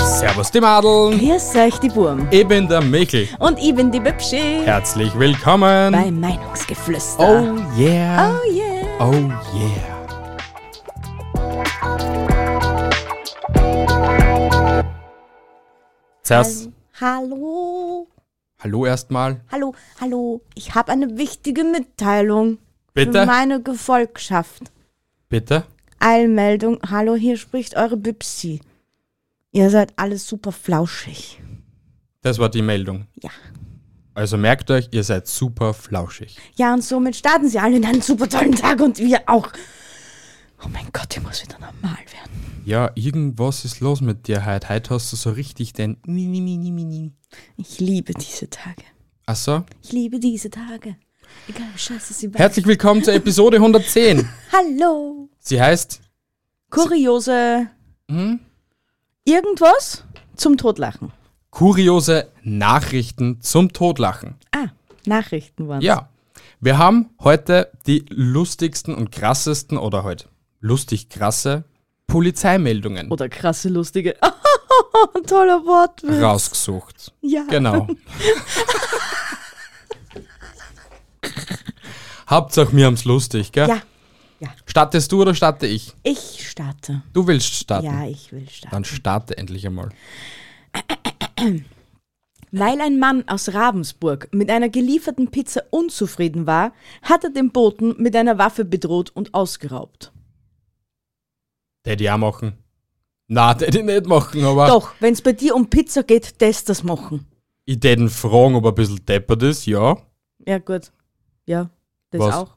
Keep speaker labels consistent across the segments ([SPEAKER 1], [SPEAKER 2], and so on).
[SPEAKER 1] Servus die Madeln,
[SPEAKER 2] Grüß euch die Burm.
[SPEAKER 1] ich bin der Michel.
[SPEAKER 2] Und ich bin die Böbschi.
[SPEAKER 1] Herzlich willkommen.
[SPEAKER 2] Bei Meinungsgeflüster.
[SPEAKER 1] Oh yeah.
[SPEAKER 2] Oh yeah.
[SPEAKER 1] Oh yeah. Zuerst,
[SPEAKER 2] Hallo.
[SPEAKER 1] hallo erstmal.
[SPEAKER 2] Hallo, hallo. Ich habe eine wichtige Mitteilung für
[SPEAKER 1] Bitte,
[SPEAKER 2] meine Gefolgschaft.
[SPEAKER 1] bitte.
[SPEAKER 2] Eilmeldung. Hallo, hier spricht eure Bipsi. Ihr seid alles super flauschig.
[SPEAKER 1] Das war die Meldung.
[SPEAKER 2] Ja.
[SPEAKER 1] Also merkt euch, ihr seid super flauschig.
[SPEAKER 2] Ja, und somit starten sie alle in einen super tollen Tag und wir auch. Oh mein Gott, ich muss wieder normal werden.
[SPEAKER 1] Ja, irgendwas ist los mit dir heute. Heute hast du so richtig den... Ni- ni- ni- ni- ni- ni.
[SPEAKER 2] Ich liebe diese Tage.
[SPEAKER 1] Ach so.
[SPEAKER 2] Ich liebe diese Tage. Egal, wie scheiße sie waren.
[SPEAKER 1] Herzlich willkommen zur Episode 110.
[SPEAKER 2] Hallo.
[SPEAKER 1] Sie heißt...
[SPEAKER 2] Kuriose.
[SPEAKER 1] Hm?
[SPEAKER 2] Irgendwas zum Totlachen.
[SPEAKER 1] Kuriose Nachrichten zum Todlachen.
[SPEAKER 2] Ah, Nachrichten waren.
[SPEAKER 1] Ja, wir haben heute die lustigsten und krassesten oder heute lustig krasse Polizeimeldungen
[SPEAKER 2] Oder krasse, lustige. Toller Wortwitz.
[SPEAKER 1] rausgesucht.
[SPEAKER 2] Ja.
[SPEAKER 1] Genau. Hauptsache mir haben's lustig, gell?
[SPEAKER 2] Ja,
[SPEAKER 1] Startest du oder starte ich?
[SPEAKER 2] ich starte.
[SPEAKER 1] Du willst starten.
[SPEAKER 2] Ja, ich will starten.
[SPEAKER 1] Dann starte endlich einmal.
[SPEAKER 2] Weil ein Mann aus Ravensburg mit einer gelieferten Pizza unzufrieden war, hat er den Boten mit einer Waffe bedroht und ausgeraubt.
[SPEAKER 1] Täte ich auch machen. Na, täte ich nicht machen, aber
[SPEAKER 2] Doch, wenn es bei dir um Pizza geht, das das machen.
[SPEAKER 1] ich täte ihn fragen, ob er ein bisschen deppert ist, ja.
[SPEAKER 2] Ja, gut. Ja, das
[SPEAKER 1] Was?
[SPEAKER 2] auch.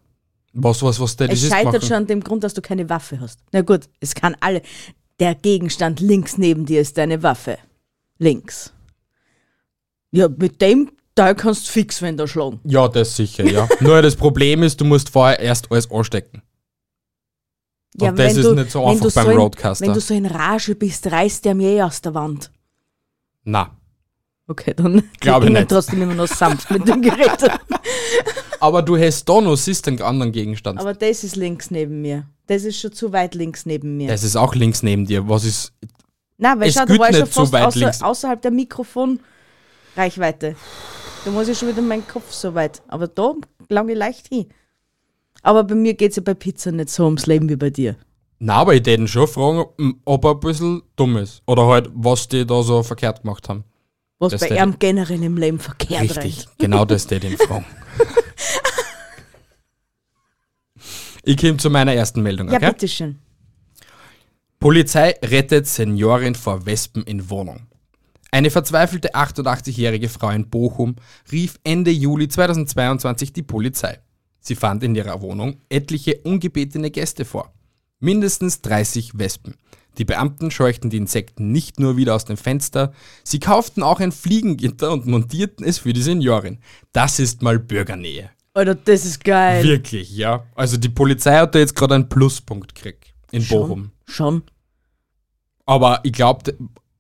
[SPEAKER 1] Was, was, was täte ich
[SPEAKER 2] Es
[SPEAKER 1] jetzt
[SPEAKER 2] scheitert
[SPEAKER 1] machen?
[SPEAKER 2] schon an dem Grund, dass du keine Waffe hast. Na gut, es kann alle. Der Gegenstand links neben dir ist deine Waffe. Links. Ja, mit dem Teil kannst du fix, wenn da schlagen.
[SPEAKER 1] Ja, das sicher, ja. Nur das Problem ist, du musst vorher erst alles anstecken.
[SPEAKER 2] Ja,
[SPEAKER 1] Und das
[SPEAKER 2] wenn
[SPEAKER 1] ist nicht so
[SPEAKER 2] wenn
[SPEAKER 1] einfach
[SPEAKER 2] du
[SPEAKER 1] beim
[SPEAKER 2] in,
[SPEAKER 1] Roadcaster.
[SPEAKER 2] Wenn du so in Rage bist, reißt der mir eh aus der Wand.
[SPEAKER 1] Na.
[SPEAKER 2] Okay, dann
[SPEAKER 1] Glaube
[SPEAKER 2] ich
[SPEAKER 1] nicht.
[SPEAKER 2] trotzdem immer noch sanft mit dem Gerät.
[SPEAKER 1] Aber du hast da noch siehst einen anderen Gegenstand.
[SPEAKER 2] Aber das ist links neben mir. Das ist schon zu weit links neben mir.
[SPEAKER 1] das ist auch links neben dir. Was ist.
[SPEAKER 2] Na, weil
[SPEAKER 1] es
[SPEAKER 2] schau, du
[SPEAKER 1] geht
[SPEAKER 2] warst schon
[SPEAKER 1] nicht so
[SPEAKER 2] fast
[SPEAKER 1] weit
[SPEAKER 2] außer,
[SPEAKER 1] links.
[SPEAKER 2] außerhalb der Mikrofonreichweite. Da muss ich schon wieder meinen Kopf so weit. Aber da lange ich leicht hin. Aber bei mir geht es ja bei Pizza nicht so ums Leben wie bei dir.
[SPEAKER 1] Na, aber ich täte ihn schon fragen, m, ob er ein bisschen dumm ist. Oder halt, was die da so verkehrt gemacht haben.
[SPEAKER 2] Was
[SPEAKER 1] Das
[SPEAKER 2] bei
[SPEAKER 1] der-
[SPEAKER 2] ihm generell im Leben verkehrt
[SPEAKER 1] Richtig.
[SPEAKER 2] reicht.
[SPEAKER 1] Genau das täte ich ihn fragen. ich komme zu meiner ersten Meldung,
[SPEAKER 2] Ja,
[SPEAKER 1] okay?
[SPEAKER 2] bitteschön.
[SPEAKER 1] Polizei rettet Seniorin vor Wespen in Wohnung. Eine verzweifelte 88-jährige Frau in Bochum rief Ende Juli 2022 die Polizei. Sie fand in ihrer Wohnung etliche ungebetene Gäste vor. Mindestens 30 Wespen. Die Beamten scheuchten die Insekten nicht nur wieder aus dem Fenster, sie kauften auch ein Fliegengitter und montierten es für die Seniorin. Das ist mal Bürgernähe.
[SPEAKER 2] Alter, das ist geil.
[SPEAKER 1] Wirklich, ja. Also die Polizei hat da jetzt gerade einen Pluspunkt gekriegt in Bochum.
[SPEAKER 2] Schon.
[SPEAKER 1] Aber ich glaube,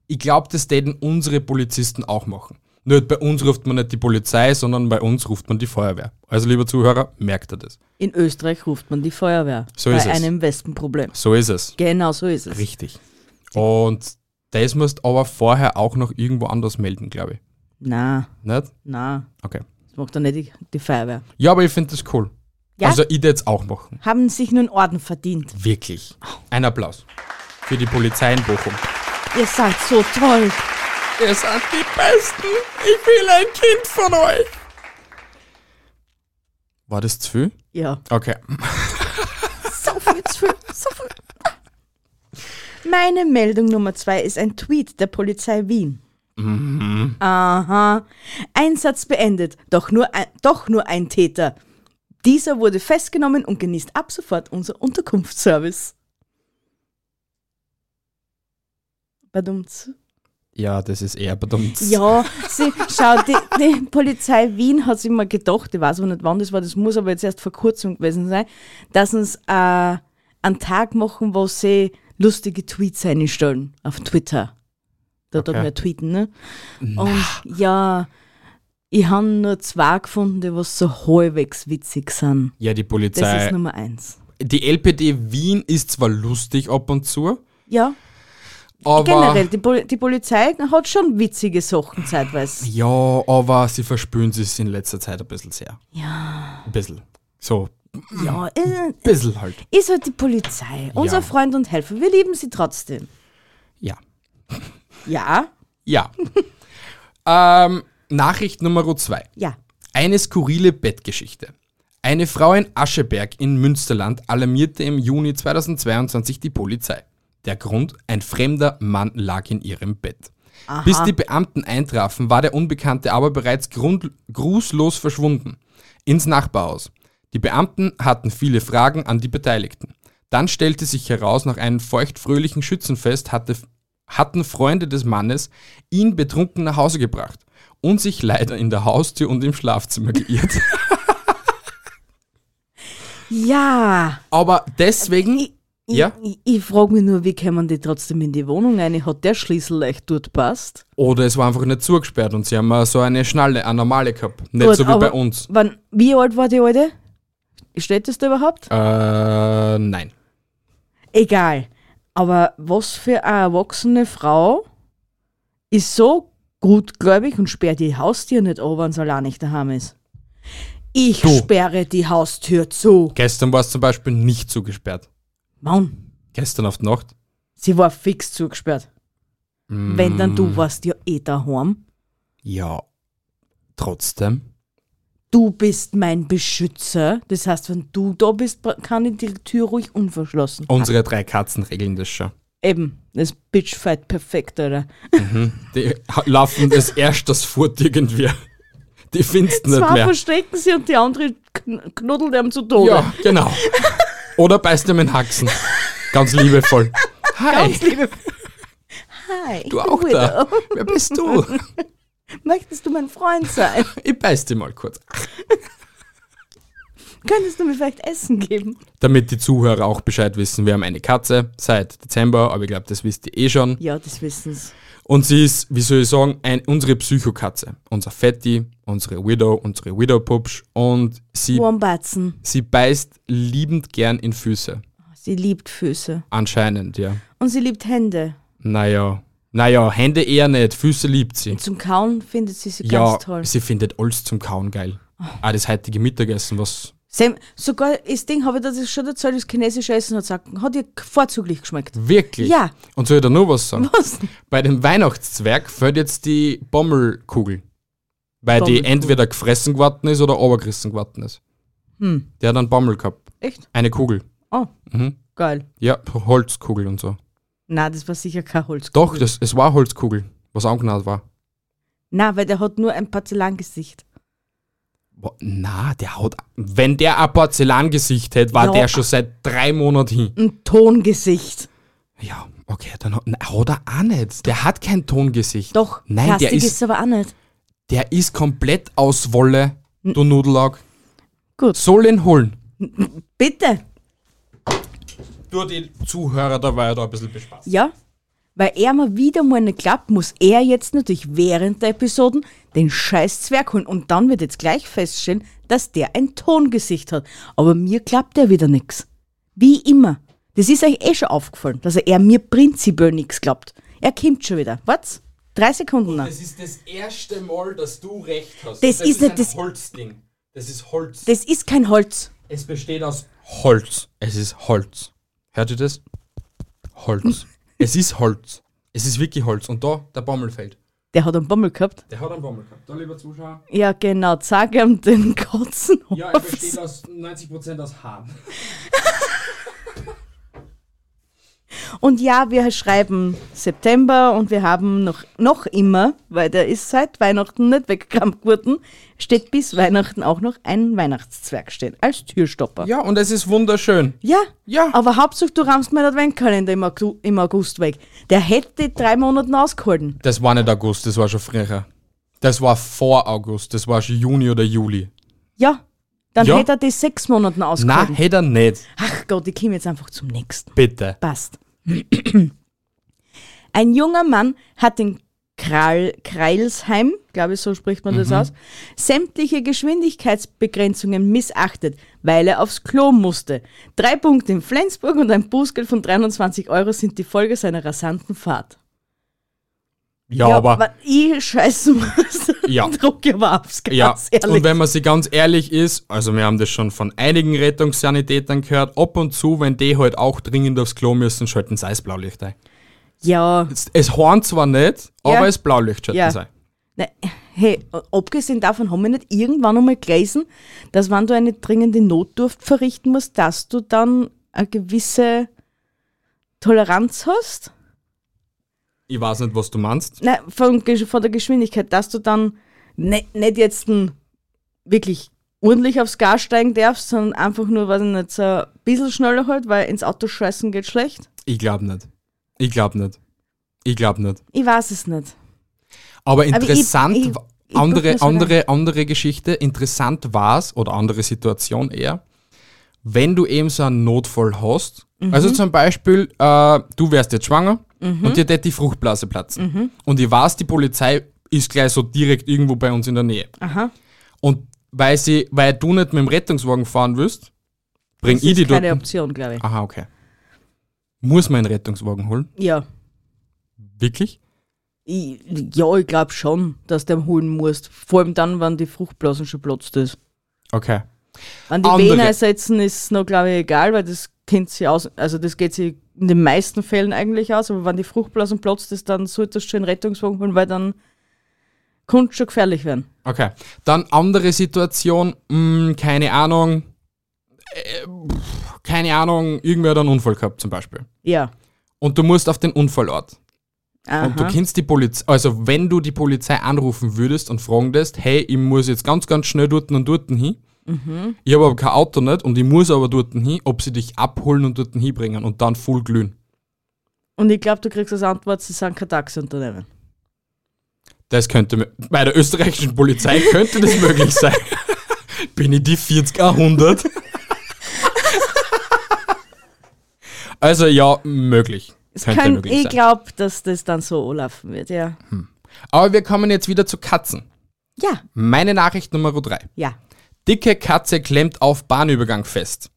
[SPEAKER 1] ich glaub, das täten unsere Polizisten auch machen. Nur bei uns ruft man nicht die Polizei, sondern bei uns ruft man die Feuerwehr. Also, lieber Zuhörer, merkt ihr das.
[SPEAKER 2] In Österreich ruft man die Feuerwehr.
[SPEAKER 1] So
[SPEAKER 2] bei
[SPEAKER 1] ist es.
[SPEAKER 2] einem Wespenproblem.
[SPEAKER 1] So ist es.
[SPEAKER 2] Genau so ist es.
[SPEAKER 1] Richtig. Und das musst aber vorher auch noch irgendwo anders melden, glaube ich.
[SPEAKER 2] Na,
[SPEAKER 1] Nicht?
[SPEAKER 2] na,
[SPEAKER 1] Okay.
[SPEAKER 2] das macht doch nicht die, die Feuerwehr.
[SPEAKER 1] Ja, aber ich finde das cool.
[SPEAKER 2] Ja?
[SPEAKER 1] Also, ich würde es auch machen.
[SPEAKER 2] Haben sich nun Orden verdient.
[SPEAKER 1] Wirklich. Ein Applaus für die Polizei in Bochum.
[SPEAKER 2] Ihr seid so toll.
[SPEAKER 1] Ihr seid die Besten. Ich will ein Kind von euch. War das zu viel?
[SPEAKER 2] Ja.
[SPEAKER 1] Okay.
[SPEAKER 2] So viel zu viel, so viel. Meine Meldung Nummer zwei ist ein Tweet der Polizei Wien. Aha. Einsatz beendet, doch nur, ein, doch nur ein Täter. Dieser wurde festgenommen und genießt ab sofort unser Unterkunftsservice. Badumts.
[SPEAKER 1] Ja, das ist eher bedummt.
[SPEAKER 2] Ja, sie, schau, die, die Polizei Wien hat sich mal gedacht, ich weiß aber nicht wann das war, das muss aber jetzt erst vor kurzem gewesen sein, dass uns äh, einen Tag machen, wo sie lustige Tweets einstellen auf Twitter. Da okay. darf man ja tweeten, ne? Und ja, ich habe nur zwei gefunden, die was so halbwegs witzig sind.
[SPEAKER 1] Ja, die
[SPEAKER 2] Das
[SPEAKER 1] Polizei.
[SPEAKER 2] ist Nummer eins.
[SPEAKER 1] die LPD Wien ist zwar lustig ab und zu,
[SPEAKER 2] Ja,
[SPEAKER 1] aber.
[SPEAKER 2] generell, die, Pol die Polizei hat schon witzige Sachen zeitweise.
[SPEAKER 1] Ja, aber sie verspüren es in letzter Zeit ein bisschen sehr.
[SPEAKER 2] Ja,
[SPEAKER 1] Ein bisschen. So,
[SPEAKER 2] ja, äh,
[SPEAKER 1] ein bisschen halt.
[SPEAKER 2] ist halt die Polizei, unser
[SPEAKER 1] Ja.
[SPEAKER 2] Freund und Helfer. Wir lieben sie trotzdem.
[SPEAKER 1] Ja.
[SPEAKER 2] Ja,
[SPEAKER 1] Ja. ähm, Nachricht Nummer zwei.
[SPEAKER 2] ja.
[SPEAKER 1] Eine skurrile Bettgeschichte. Eine Frau in Ascheberg in Münsterland alarmierte im Juni 2022 die Polizei. Der Grund, ein fremder Mann lag in ihrem Bett. Bis die Beamten eintrafen, war der Unbekannte aber bereits grund grußlos verschwunden. Ins Nachbarhaus. Die Beamten hatten viele Fragen an die Beteiligten. Dann stellte sich heraus, nach einem feuchtfröhlichen Schützenfest hatte, hatten Freunde des Mannes ihn betrunken nach Hause gebracht und sich leider in der Haustür und im Schlafzimmer geirrt.
[SPEAKER 2] Ja.
[SPEAKER 1] Aber deswegen,
[SPEAKER 2] Ich,
[SPEAKER 1] Ja?
[SPEAKER 2] ich, ich frage mich nur, wie kämen die trotzdem in die Wohnung rein? Hat der Schlüssel leicht dort passt?
[SPEAKER 1] oder es war einfach nicht zugesperrt und sie haben äh, so eine Schnalle, eine normale gehabt. Nicht so wie bei uns.
[SPEAKER 2] Wann, wie alt war die Alte? Steht das da überhaupt?
[SPEAKER 1] Äh, nein.
[SPEAKER 2] Egal. Aber was für eine erwachsene Frau ist so gutgläubig und sperrt die Haustür nicht an, wenn sie allein nicht daheim ist? Ich
[SPEAKER 1] Du.
[SPEAKER 2] sperre die Haustür zu.
[SPEAKER 1] Gestern war es zum Beispiel nicht zugesperrt.
[SPEAKER 2] Mann,
[SPEAKER 1] Gestern auf die Nacht.
[SPEAKER 2] sie war fix zugesperrt. Wenn dann
[SPEAKER 1] Mm.
[SPEAKER 2] du warst ja eh daheim.
[SPEAKER 1] Ja. Trotzdem.
[SPEAKER 2] du bist mein Beschützer. Das heißt, wenn du da bist, bra- kann ich die Tür ruhig unverschlossen.
[SPEAKER 1] Unsere drei Katzen regeln das schon.
[SPEAKER 2] Eben, das Bitchfight perfekt, oder?
[SPEAKER 1] Die ha- laufen das erst das Furt irgendwie. Die findest nicht
[SPEAKER 2] Zwei
[SPEAKER 1] mehr.
[SPEAKER 2] verstecken sie und die andere kn- knuddelt einem zu Tode.
[SPEAKER 1] Ja, genau. Oder beißt ihm in den Haxen. Ganz liebevoll. Hi.
[SPEAKER 2] Hi, ich
[SPEAKER 1] Du
[SPEAKER 2] bin
[SPEAKER 1] auch da.
[SPEAKER 2] Widow.
[SPEAKER 1] Wer bist du?
[SPEAKER 2] Möchtest du mein Freund sein?
[SPEAKER 1] Ich beiß dir mal kurz.
[SPEAKER 2] Könntest du mir vielleicht Essen geben?
[SPEAKER 1] Damit die Zuhörer auch Bescheid wissen, wir haben eine Katze seit Dezember, aber ich glaube, das wisst ihr eh schon.
[SPEAKER 2] Ja, das wissen sie.
[SPEAKER 1] Und sie ist, wie soll ich sagen, ein, unsere Psychokatze. Unser Fetti, unsere Widow, unsere Widow-Pupsch. Und sie,
[SPEAKER 2] Wombatzen,
[SPEAKER 1] sie beißt liebend gern in Füße.
[SPEAKER 2] sie liebt Füße.
[SPEAKER 1] Anscheinend, ja.
[SPEAKER 2] Und sie liebt Hände.
[SPEAKER 1] Naja. Naja, Hände eher nicht, Füße liebt sie.
[SPEAKER 2] Zum Kauen findet sie sie
[SPEAKER 1] Ja,
[SPEAKER 2] ganz toll.
[SPEAKER 1] sie findet alles zum Kauen geil. Ah, das heutige Mittagessen, was.
[SPEAKER 2] Sam, sogar das Ding habe ich dir das schon erzählt, das chinesische Essen hat, gesagt, hat ihr vorzüglich geschmeckt.
[SPEAKER 1] Wirklich?
[SPEAKER 2] Ja.
[SPEAKER 1] Und soll ich da nur was sagen?
[SPEAKER 2] Was?
[SPEAKER 1] Bei dem Weihnachtszwerg fällt jetzt die Bommelkugel. Weil die
[SPEAKER 2] Bommelkugel.
[SPEAKER 1] entweder gefressen geworden ist oder obergerissen geworden ist.
[SPEAKER 2] Hm.
[SPEAKER 1] Der hat einen Bommel gehabt.
[SPEAKER 2] Echt?
[SPEAKER 1] Eine Kugel.
[SPEAKER 2] Oh,
[SPEAKER 1] Mhm.
[SPEAKER 2] geil.
[SPEAKER 1] Ja, Holzkugel und so.
[SPEAKER 2] Na, das war sicher kein Holz.
[SPEAKER 1] Doch, das, es war Holzkugel, was angenagt war.
[SPEAKER 2] Na, weil der hat nur ein Porzellangesicht.
[SPEAKER 1] Wo- Na, der haut. Wenn der ein Porzellangesicht hätte, war
[SPEAKER 2] Ja.
[SPEAKER 1] der schon seit drei Monaten hin.
[SPEAKER 2] Ein Tongesicht.
[SPEAKER 1] Ja, okay, dann hat, na, hat er auch nicht. Der hat kein Tongesicht.
[SPEAKER 2] Doch,
[SPEAKER 1] Nein,
[SPEAKER 2] Plastik
[SPEAKER 1] der ist,
[SPEAKER 2] ist aber auch nicht.
[SPEAKER 1] der ist komplett aus Wolle, du Nudelag.
[SPEAKER 2] Gut.
[SPEAKER 1] Soll ihn holen.
[SPEAKER 2] Bitte.
[SPEAKER 1] Du die Zuhörer dabei da ein bisschen bespaßt.
[SPEAKER 2] Ja. Weil er mal wieder mal nicht klappt, muss er jetzt natürlich während der Episoden den scheiß Zwerg holen. Und dann wird jetzt gleich feststellen, dass der ein Tongesicht hat. Aber mir klappt er wieder nix. Wie immer. Das ist euch eh schon aufgefallen, dass er mir prinzipiell nix klappt. Er kommt schon wieder. Was? Drei Sekunden noch.
[SPEAKER 1] Das ist das erste Mal, dass du recht hast.
[SPEAKER 2] Das ist nicht das-
[SPEAKER 1] Holzding. Das ist Holz.
[SPEAKER 2] Das ist kein Holz.
[SPEAKER 1] es besteht aus Holz. Es ist Holz. Hört ihr das? Holz. es ist Holz. Es ist wirklich Holz. Und da der Bommelfeld.
[SPEAKER 2] Der hat einen Bommel gehabt.
[SPEAKER 1] Der hat einen Bommel gehabt. Da, lieber Zuschauer.
[SPEAKER 2] Ja, genau. Zeig ihm den kurzen
[SPEAKER 1] Ja, er besteht aus 90% aus Haaren.
[SPEAKER 2] Und ja, wir schreiben September und wir haben noch, noch immer, weil der ist seit Weihnachten nicht weggekramt worden, steht bis Weihnachten auch noch ein Weihnachtszwerg stehen, als Türstopper.
[SPEAKER 1] Ja, und es ist wunderschön.
[SPEAKER 2] Ja,
[SPEAKER 1] Ja.
[SPEAKER 2] aber Hauptsache, du rammst mir den Adventkalender im August, im August weg. Der hätte drei Monate ausgehalten.
[SPEAKER 1] Das war nicht August, das war schon früher. Das war vor August, das war schon Juni oder Juli.
[SPEAKER 2] Ja, dann
[SPEAKER 1] Ja.
[SPEAKER 2] hätte er die sechs Monate
[SPEAKER 1] Na,
[SPEAKER 2] ausgehalten.
[SPEAKER 1] hätte er nicht.
[SPEAKER 2] Ach Gott, ich komme jetzt einfach zum nächsten.
[SPEAKER 1] Bitte.
[SPEAKER 2] Passt. Ein junger Mann hat in Kral, Kreilsheim, glaube ich, so spricht man das
[SPEAKER 1] Mhm.
[SPEAKER 2] aus, sämtliche Geschwindigkeitsbegrenzungen missachtet, weil er aufs Klo musste. Drei Punkte in Flensburg und ein Bußgeld von 23 Euro sind die Folge seiner rasanten Fahrt.
[SPEAKER 1] Ja, aber.
[SPEAKER 2] wa- Ich scheiße, was
[SPEAKER 1] Ja.
[SPEAKER 2] Druck ja war aufs Gas,
[SPEAKER 1] Ja,
[SPEAKER 2] ehrlich.
[SPEAKER 1] und wenn man sie ganz ehrlich ist, also wir haben das schon von einigen Rettungssanitätern gehört, ab und zu, wenn die halt auch dringend aufs Klo müssen, schalten sie das Blaulicht ein.
[SPEAKER 2] ja,
[SPEAKER 1] Es- Es hornt zwar nicht,
[SPEAKER 2] Ja.
[SPEAKER 1] aber es Blaulicht schalten
[SPEAKER 2] Ja.
[SPEAKER 1] sie ein.
[SPEAKER 2] Nein, hey, abgesehen davon haben wir nicht irgendwann einmal gelesen, dass wenn du eine dringende Notdurft verrichten musst, dass du dann eine gewisse Toleranz hast?
[SPEAKER 1] Ich weiß nicht, was du meinst.
[SPEAKER 2] Nein, von, Gesch- von der Geschwindigkeit, dass du dann ne, nicht jetzt ein, wirklich ordentlich aufs Gas steigen darfst, sondern einfach nur, weiß ich nicht, so ein bisschen schneller halt, weil ins Auto scheißen geht schlecht.
[SPEAKER 1] Ich glaube nicht. Ich glaube nicht. Ich glaube nicht.
[SPEAKER 2] Ich weiß es nicht.
[SPEAKER 1] Aber interessant,
[SPEAKER 2] ich- ich guck
[SPEAKER 1] andere,
[SPEAKER 2] das mal
[SPEAKER 1] andere, andere Geschichte, interessant war es, oder andere Situation eher, wenn du eben so einen Notfall hast, also
[SPEAKER 2] Mhm.
[SPEAKER 1] zum Beispiel, äh, du wärst jetzt schwanger und dir tät die Fruchtblase platzen.
[SPEAKER 2] Mhm.
[SPEAKER 1] Und ich weiß, die Polizei ist gleich so direkt irgendwo bei uns in der Nähe.
[SPEAKER 2] Aha.
[SPEAKER 1] Und weil, sie, weil du nicht mit dem Rettungswagen fahren willst, bring
[SPEAKER 2] Das
[SPEAKER 1] ich
[SPEAKER 2] ist
[SPEAKER 1] die dort.
[SPEAKER 2] keine Option, glaube ich.
[SPEAKER 1] Aha, okay. Muss man einen Rettungswagen holen?
[SPEAKER 2] Ja.
[SPEAKER 1] Wirklich?
[SPEAKER 2] Ich, ja, ich glaube schon, dass du den holen musst. Vor allem dann, wenn die Fruchtblasen schon platzt ist.
[SPEAKER 1] Okay.
[SPEAKER 2] Wenn die
[SPEAKER 1] Andere.
[SPEAKER 2] Venen ersetzen, ist es noch, glaube ich, egal, weil das kennt sie aus, also das geht sie in den meisten Fällen eigentlich aus, aber wenn die Fruchtblasen platzt ist, dann solltest du schon einen Rettungswagen holen, weil dann könnte schon gefährlich werden.
[SPEAKER 1] Okay. Dann andere Situation, hm, keine Ahnung. Äh, pff, keine Ahnung, irgendwer hat einen Unfall gehabt zum Beispiel.
[SPEAKER 2] Ja.
[SPEAKER 1] Und du musst auf den Unfallort.
[SPEAKER 2] Aha.
[SPEAKER 1] Und du kennst die Polizei, also wenn du die Polizei anrufen würdest und fragen lässt, hey, ich muss jetzt ganz, ganz schnell dorten und dorten hin. Ich habe aber kein Auto nicht und ich muss aber dorten hin, ob sie dich abholen und dorten hinbringen und dann voll glühen.
[SPEAKER 2] Und ich glaube, du kriegst als Antwort, sie sind kein Taxiunternehmen.
[SPEAKER 1] Das könnte, mir- bei der österreichischen Polizei könnte das möglich sein. Bin ich die 40 100? also ja, möglich.
[SPEAKER 2] Es
[SPEAKER 1] könnte
[SPEAKER 2] kann, eh
[SPEAKER 1] möglich
[SPEAKER 2] ich
[SPEAKER 1] sein.
[SPEAKER 2] glaube, dass das dann so anlaufen wird, ja.
[SPEAKER 1] Aber wir kommen jetzt wieder zu Katzen.
[SPEAKER 2] Ja,
[SPEAKER 1] Meine Nachricht Nummer 3.
[SPEAKER 2] ja.
[SPEAKER 1] Dicke Katze klemmt auf Bahnübergang fest.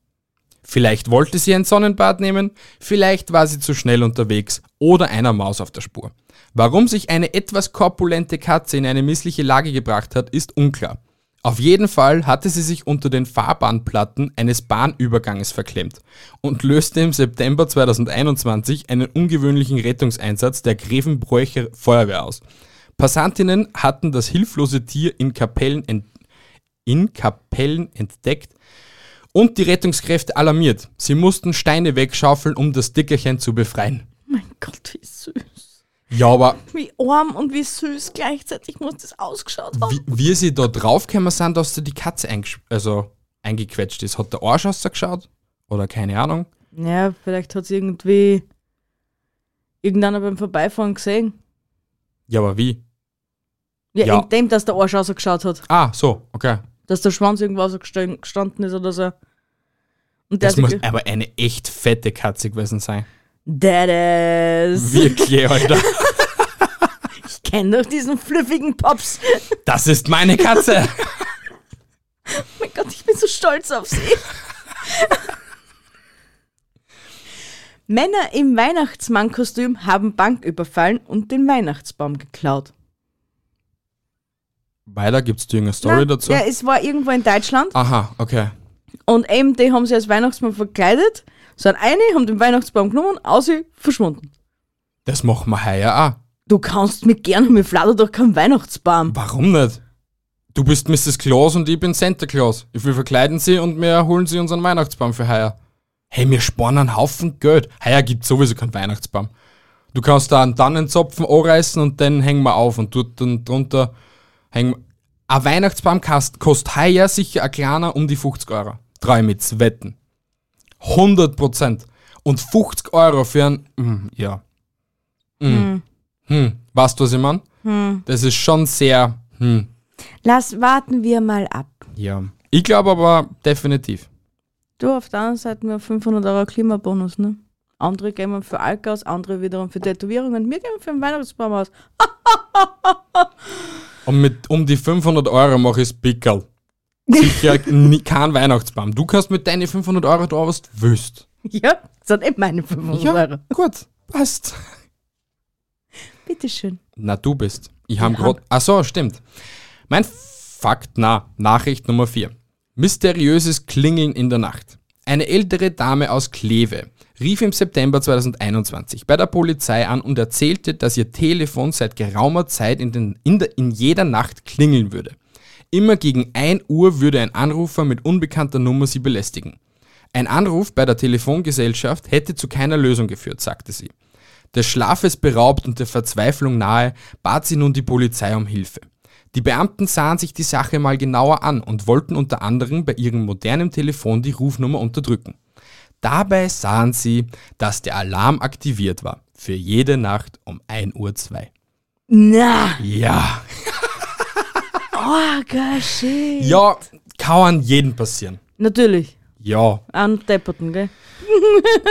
[SPEAKER 1] Vielleicht wollte sie ein Sonnenbad nehmen, vielleicht war sie zu schnell unterwegs oder einer Maus auf der Spur. Warum sich eine etwas korpulente Katze in eine missliche Lage gebracht hat, ist unklar. Auf jeden Fall hatte sie sich unter den Fahrbahnplatten eines Bahnüberganges verklemmt und löste im September 2021 einen ungewöhnlichen Rettungseinsatz der Grevenbräucher Feuerwehr aus. Passantinnen hatten das hilflose Tier in Kapellen ent in Kapellen entdeckt und die Rettungskräfte alarmiert. Sie mussten Steine wegschaufeln, um das Dickerchen zu befreien.
[SPEAKER 2] Mein Gott, wie süß.
[SPEAKER 1] Ja, aber
[SPEAKER 2] Wie arm und wie süß gleichzeitig muss das ausgeschaut haben.
[SPEAKER 1] wie, wie sie da draufgekommen sind, dass da die Katze eingesch- also eingequetscht ist. Hat der Arsch ausgeschaut? Oder keine Ahnung.
[SPEAKER 2] Ja, vielleicht hat es irgendwie irgendeiner beim Vorbeifahren gesehen.
[SPEAKER 1] Ja, aber wie?
[SPEAKER 2] Ja,
[SPEAKER 1] Ja.
[SPEAKER 2] in dem, dass der Arsch rausgeschaut hat.
[SPEAKER 1] Ah, so, okay.
[SPEAKER 2] Dass der Schwanz irgendwo rausgestanden gestanden ist oder so. Und der
[SPEAKER 1] Das
[SPEAKER 2] hat
[SPEAKER 1] muss
[SPEAKER 2] sich ge-
[SPEAKER 1] aber eine echt fette Katze gewesen sein.
[SPEAKER 2] That is.
[SPEAKER 1] Wirklich, Alter.
[SPEAKER 2] Ich kenne doch diesen flüffigen Pops.
[SPEAKER 1] Das ist meine Katze.
[SPEAKER 2] Mein Gott, ich bin so stolz auf sie. Männer im Weihnachtsmannkostüm haben Bank überfallen und den Weihnachtsbaum geklaut.
[SPEAKER 1] Weiter, gibt's da irgendeine Story
[SPEAKER 2] Nein,
[SPEAKER 1] dazu?
[SPEAKER 2] Ja, es war irgendwo in Deutschland.
[SPEAKER 1] Aha, okay.
[SPEAKER 2] Und eben, die haben sie als Weihnachtsmann verkleidet, sind eine, haben den Weihnachtsbaum genommen, aus verschwunden.
[SPEAKER 1] Das machen wir heuer auch.
[SPEAKER 2] Du kannst mich gerne, mir flattert doch kein Weihnachtsbaum.
[SPEAKER 1] Warum nicht? Du bist Mrs. Claus und ich bin Santa Claus. Ich will verkleiden sie und wir holen sie unseren Weihnachtsbaum für heuer. hey, wir sparen einen Haufen Geld. Heuer gibt's sowieso keinen Weihnachtsbaum. Du kannst da einen Tannenzapfen anreißen und den hängen wir auf und dort dann drunter hängen Ein Weihnachtsbaum kast- kostet heuer sicher ein kleiner um die 50 Euro. Drei mit Wetten. 100 Prozent. Und 50 Euro für ein, mm, ja. Mm. Hm. Weißt du, was ich meine? Das ist schon sehr, hm,
[SPEAKER 2] Lass, warten wir mal ab.
[SPEAKER 1] ja. Ich glaube aber definitiv.
[SPEAKER 2] Du, auf der anderen Seite, wir haben 500 Euro Klimabonus, ne? Andere geben für Alk aus, andere wiederum für Tätowierungen, wir geben für den Weihnachtsbaum aus.
[SPEAKER 1] Und mit um die 500 Euro mache ich Pickel. Sicher nie- kein Weihnachtsbaum. Du kannst mit deinen 500 Euro da was du willst.
[SPEAKER 2] Ja, das sind eben meine 500 Euro.
[SPEAKER 1] gut, passt.
[SPEAKER 2] Bitteschön.
[SPEAKER 1] Na, du bist. Ich habe
[SPEAKER 2] Ich
[SPEAKER 1] gerade. Ach so, stimmt. Mein Fakt, na, Nachricht Nummer 4. Mysteriöses Klingeln in der Nacht. Eine ältere Dame aus Kleve rief im September 2021 bei der Polizei an und erzählte, dass ihr Telefon seit geraumer Zeit in, den, in, der, in jeder Nacht klingeln würde. Immer gegen 1 Uhr würde ein Anrufer mit unbekannter Nummer sie belästigen. Ein Anruf bei der Telefongesellschaft hätte zu keiner Lösung geführt, sagte sie. Des Schlafes beraubt und der Verzweiflung nahe, bat sie nun die Polizei um Hilfe. Die Beamten sahen sich die Sache mal genauer an und wollten unter anderem bei ihrem modernen Telefon die Rufnummer unterdrücken. Dabei sahen sie, dass der Alarm aktiviert war. Für jede Nacht um 1.02 Uhr.
[SPEAKER 2] Na,
[SPEAKER 1] Ja.
[SPEAKER 2] oh, geil, shit.
[SPEAKER 1] Ja, kann an jeden passieren.
[SPEAKER 2] Natürlich,
[SPEAKER 1] Ja.
[SPEAKER 2] an Depperten, gell?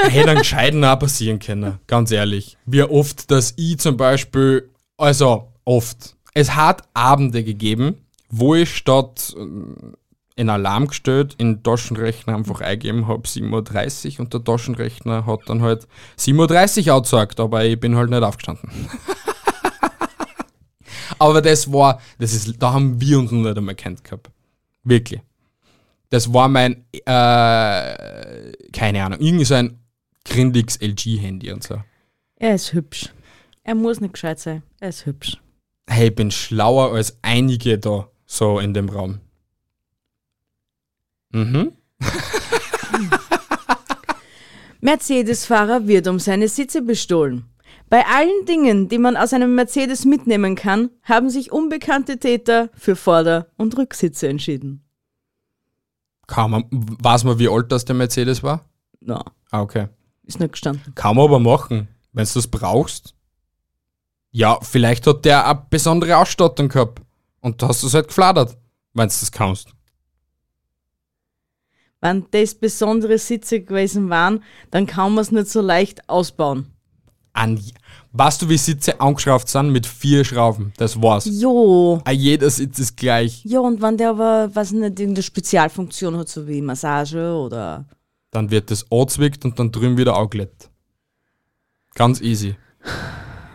[SPEAKER 1] hätte einen gescheiten auch passieren können, ganz ehrlich. Wie oft, dass ich zum Beispiel, also oft, es hat Abende gegeben, wo ich statt ähm, in Alarm gestellt, in den Taschenrechner einfach eingegeben habe 7.30 Uhr und der Taschenrechner hat dann halt 7.30 Uhr ausgesagt, aber ich bin halt nicht aufgestanden. aber das war, das ist, da haben wir uns noch nicht einmal kennt gehabt. Wirklich. Das war mein äh, keine Ahnung, irgendwie so ein grindiges LG-Handy und so.
[SPEAKER 2] Er ist hübsch. Er muss nicht gescheit sein, er ist hübsch.
[SPEAKER 1] Hey, ich bin schlauer als einige da so in dem Raum. Mhm.
[SPEAKER 2] Mercedes-Fahrer wird um seine Sitze bestohlen. Bei allen Dingen, die man aus einem Mercedes mitnehmen kann, haben sich unbekannte Täter für Vorder- und Rücksitze entschieden.
[SPEAKER 1] Kann man, weiß man, wie alt das der Mercedes war?
[SPEAKER 2] Na,
[SPEAKER 1] Ah, okay.
[SPEAKER 2] ist nicht gestanden.
[SPEAKER 1] Kann man aber machen, wenn du das brauchst. Ja, vielleicht hat der eine besondere Ausstattung gehabt. Und da hast du es halt gefladert, wenn du das kannst.
[SPEAKER 2] Wenn das besondere Sitze gewesen waren, dann kann man es nicht so leicht ausbauen.
[SPEAKER 1] An, weißt du, wie Sitze angeschraubt sind? Mit vier Schrauben. Das war's.
[SPEAKER 2] Jo.
[SPEAKER 1] Ah, Jeder Sitz ist gleich.
[SPEAKER 2] Ja, und wenn der aber, was nicht, irgendeine Spezialfunktion hat, so wie Massage oder.
[SPEAKER 1] Dann wird das angezwickt und dann drüben wieder angelegt. Ganz easy.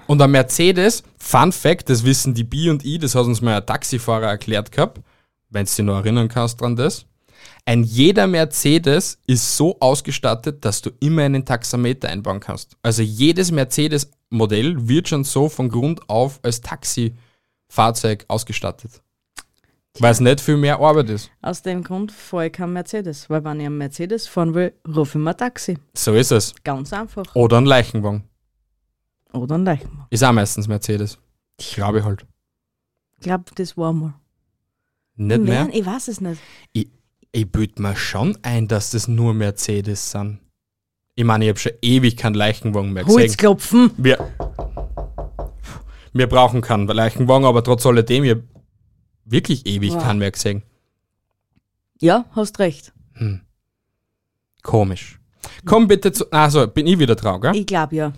[SPEAKER 1] Und ein Mercedes, Fun Fact, das wissen die B und I, das hat uns mal ein Taxifahrer erklärt gehabt, wenn du dich noch erinnern kannst dran das. Ein jeder Mercedes ist so ausgestattet, dass du immer einen Taxameter einbauen kannst. Also jedes Mercedes-Modell wird schon so von Grund auf als Taxifahrzeug ausgestattet. Weil es nicht viel mehr Arbeit ist.
[SPEAKER 2] Aus dem Grund fahre ich kein Mercedes, weil wenn ich einen Mercedes fahren will, rufe ich mir ein Taxi.
[SPEAKER 1] So ist es.
[SPEAKER 2] Ganz einfach.
[SPEAKER 1] Oder ein Leichenwagen.
[SPEAKER 2] Oder ein Leichmann.
[SPEAKER 1] Ist auch meistens Mercedes. Ich glaube halt.
[SPEAKER 2] Ich glaube, das war mal.
[SPEAKER 1] Nicht
[SPEAKER 2] Wer?
[SPEAKER 1] mehr?
[SPEAKER 2] Ich weiß es nicht.
[SPEAKER 1] Ich, ich büte mir schon ein, dass das nur Mercedes sind. Ich meine, ich habe schon ewig keinen Leichenwagen mehr gesehen.
[SPEAKER 2] Holzklopfen.
[SPEAKER 1] Wir, wir brauchen keinen Leichenwagen, aber trotz alledem, ich hab wirklich ewig
[SPEAKER 2] Wow.
[SPEAKER 1] keinen mehr gesehen.
[SPEAKER 2] Ja, hast recht.
[SPEAKER 1] Komisch. Komm bitte zu. Also, bin ich wieder dran, gell?
[SPEAKER 2] Ich glaube ja.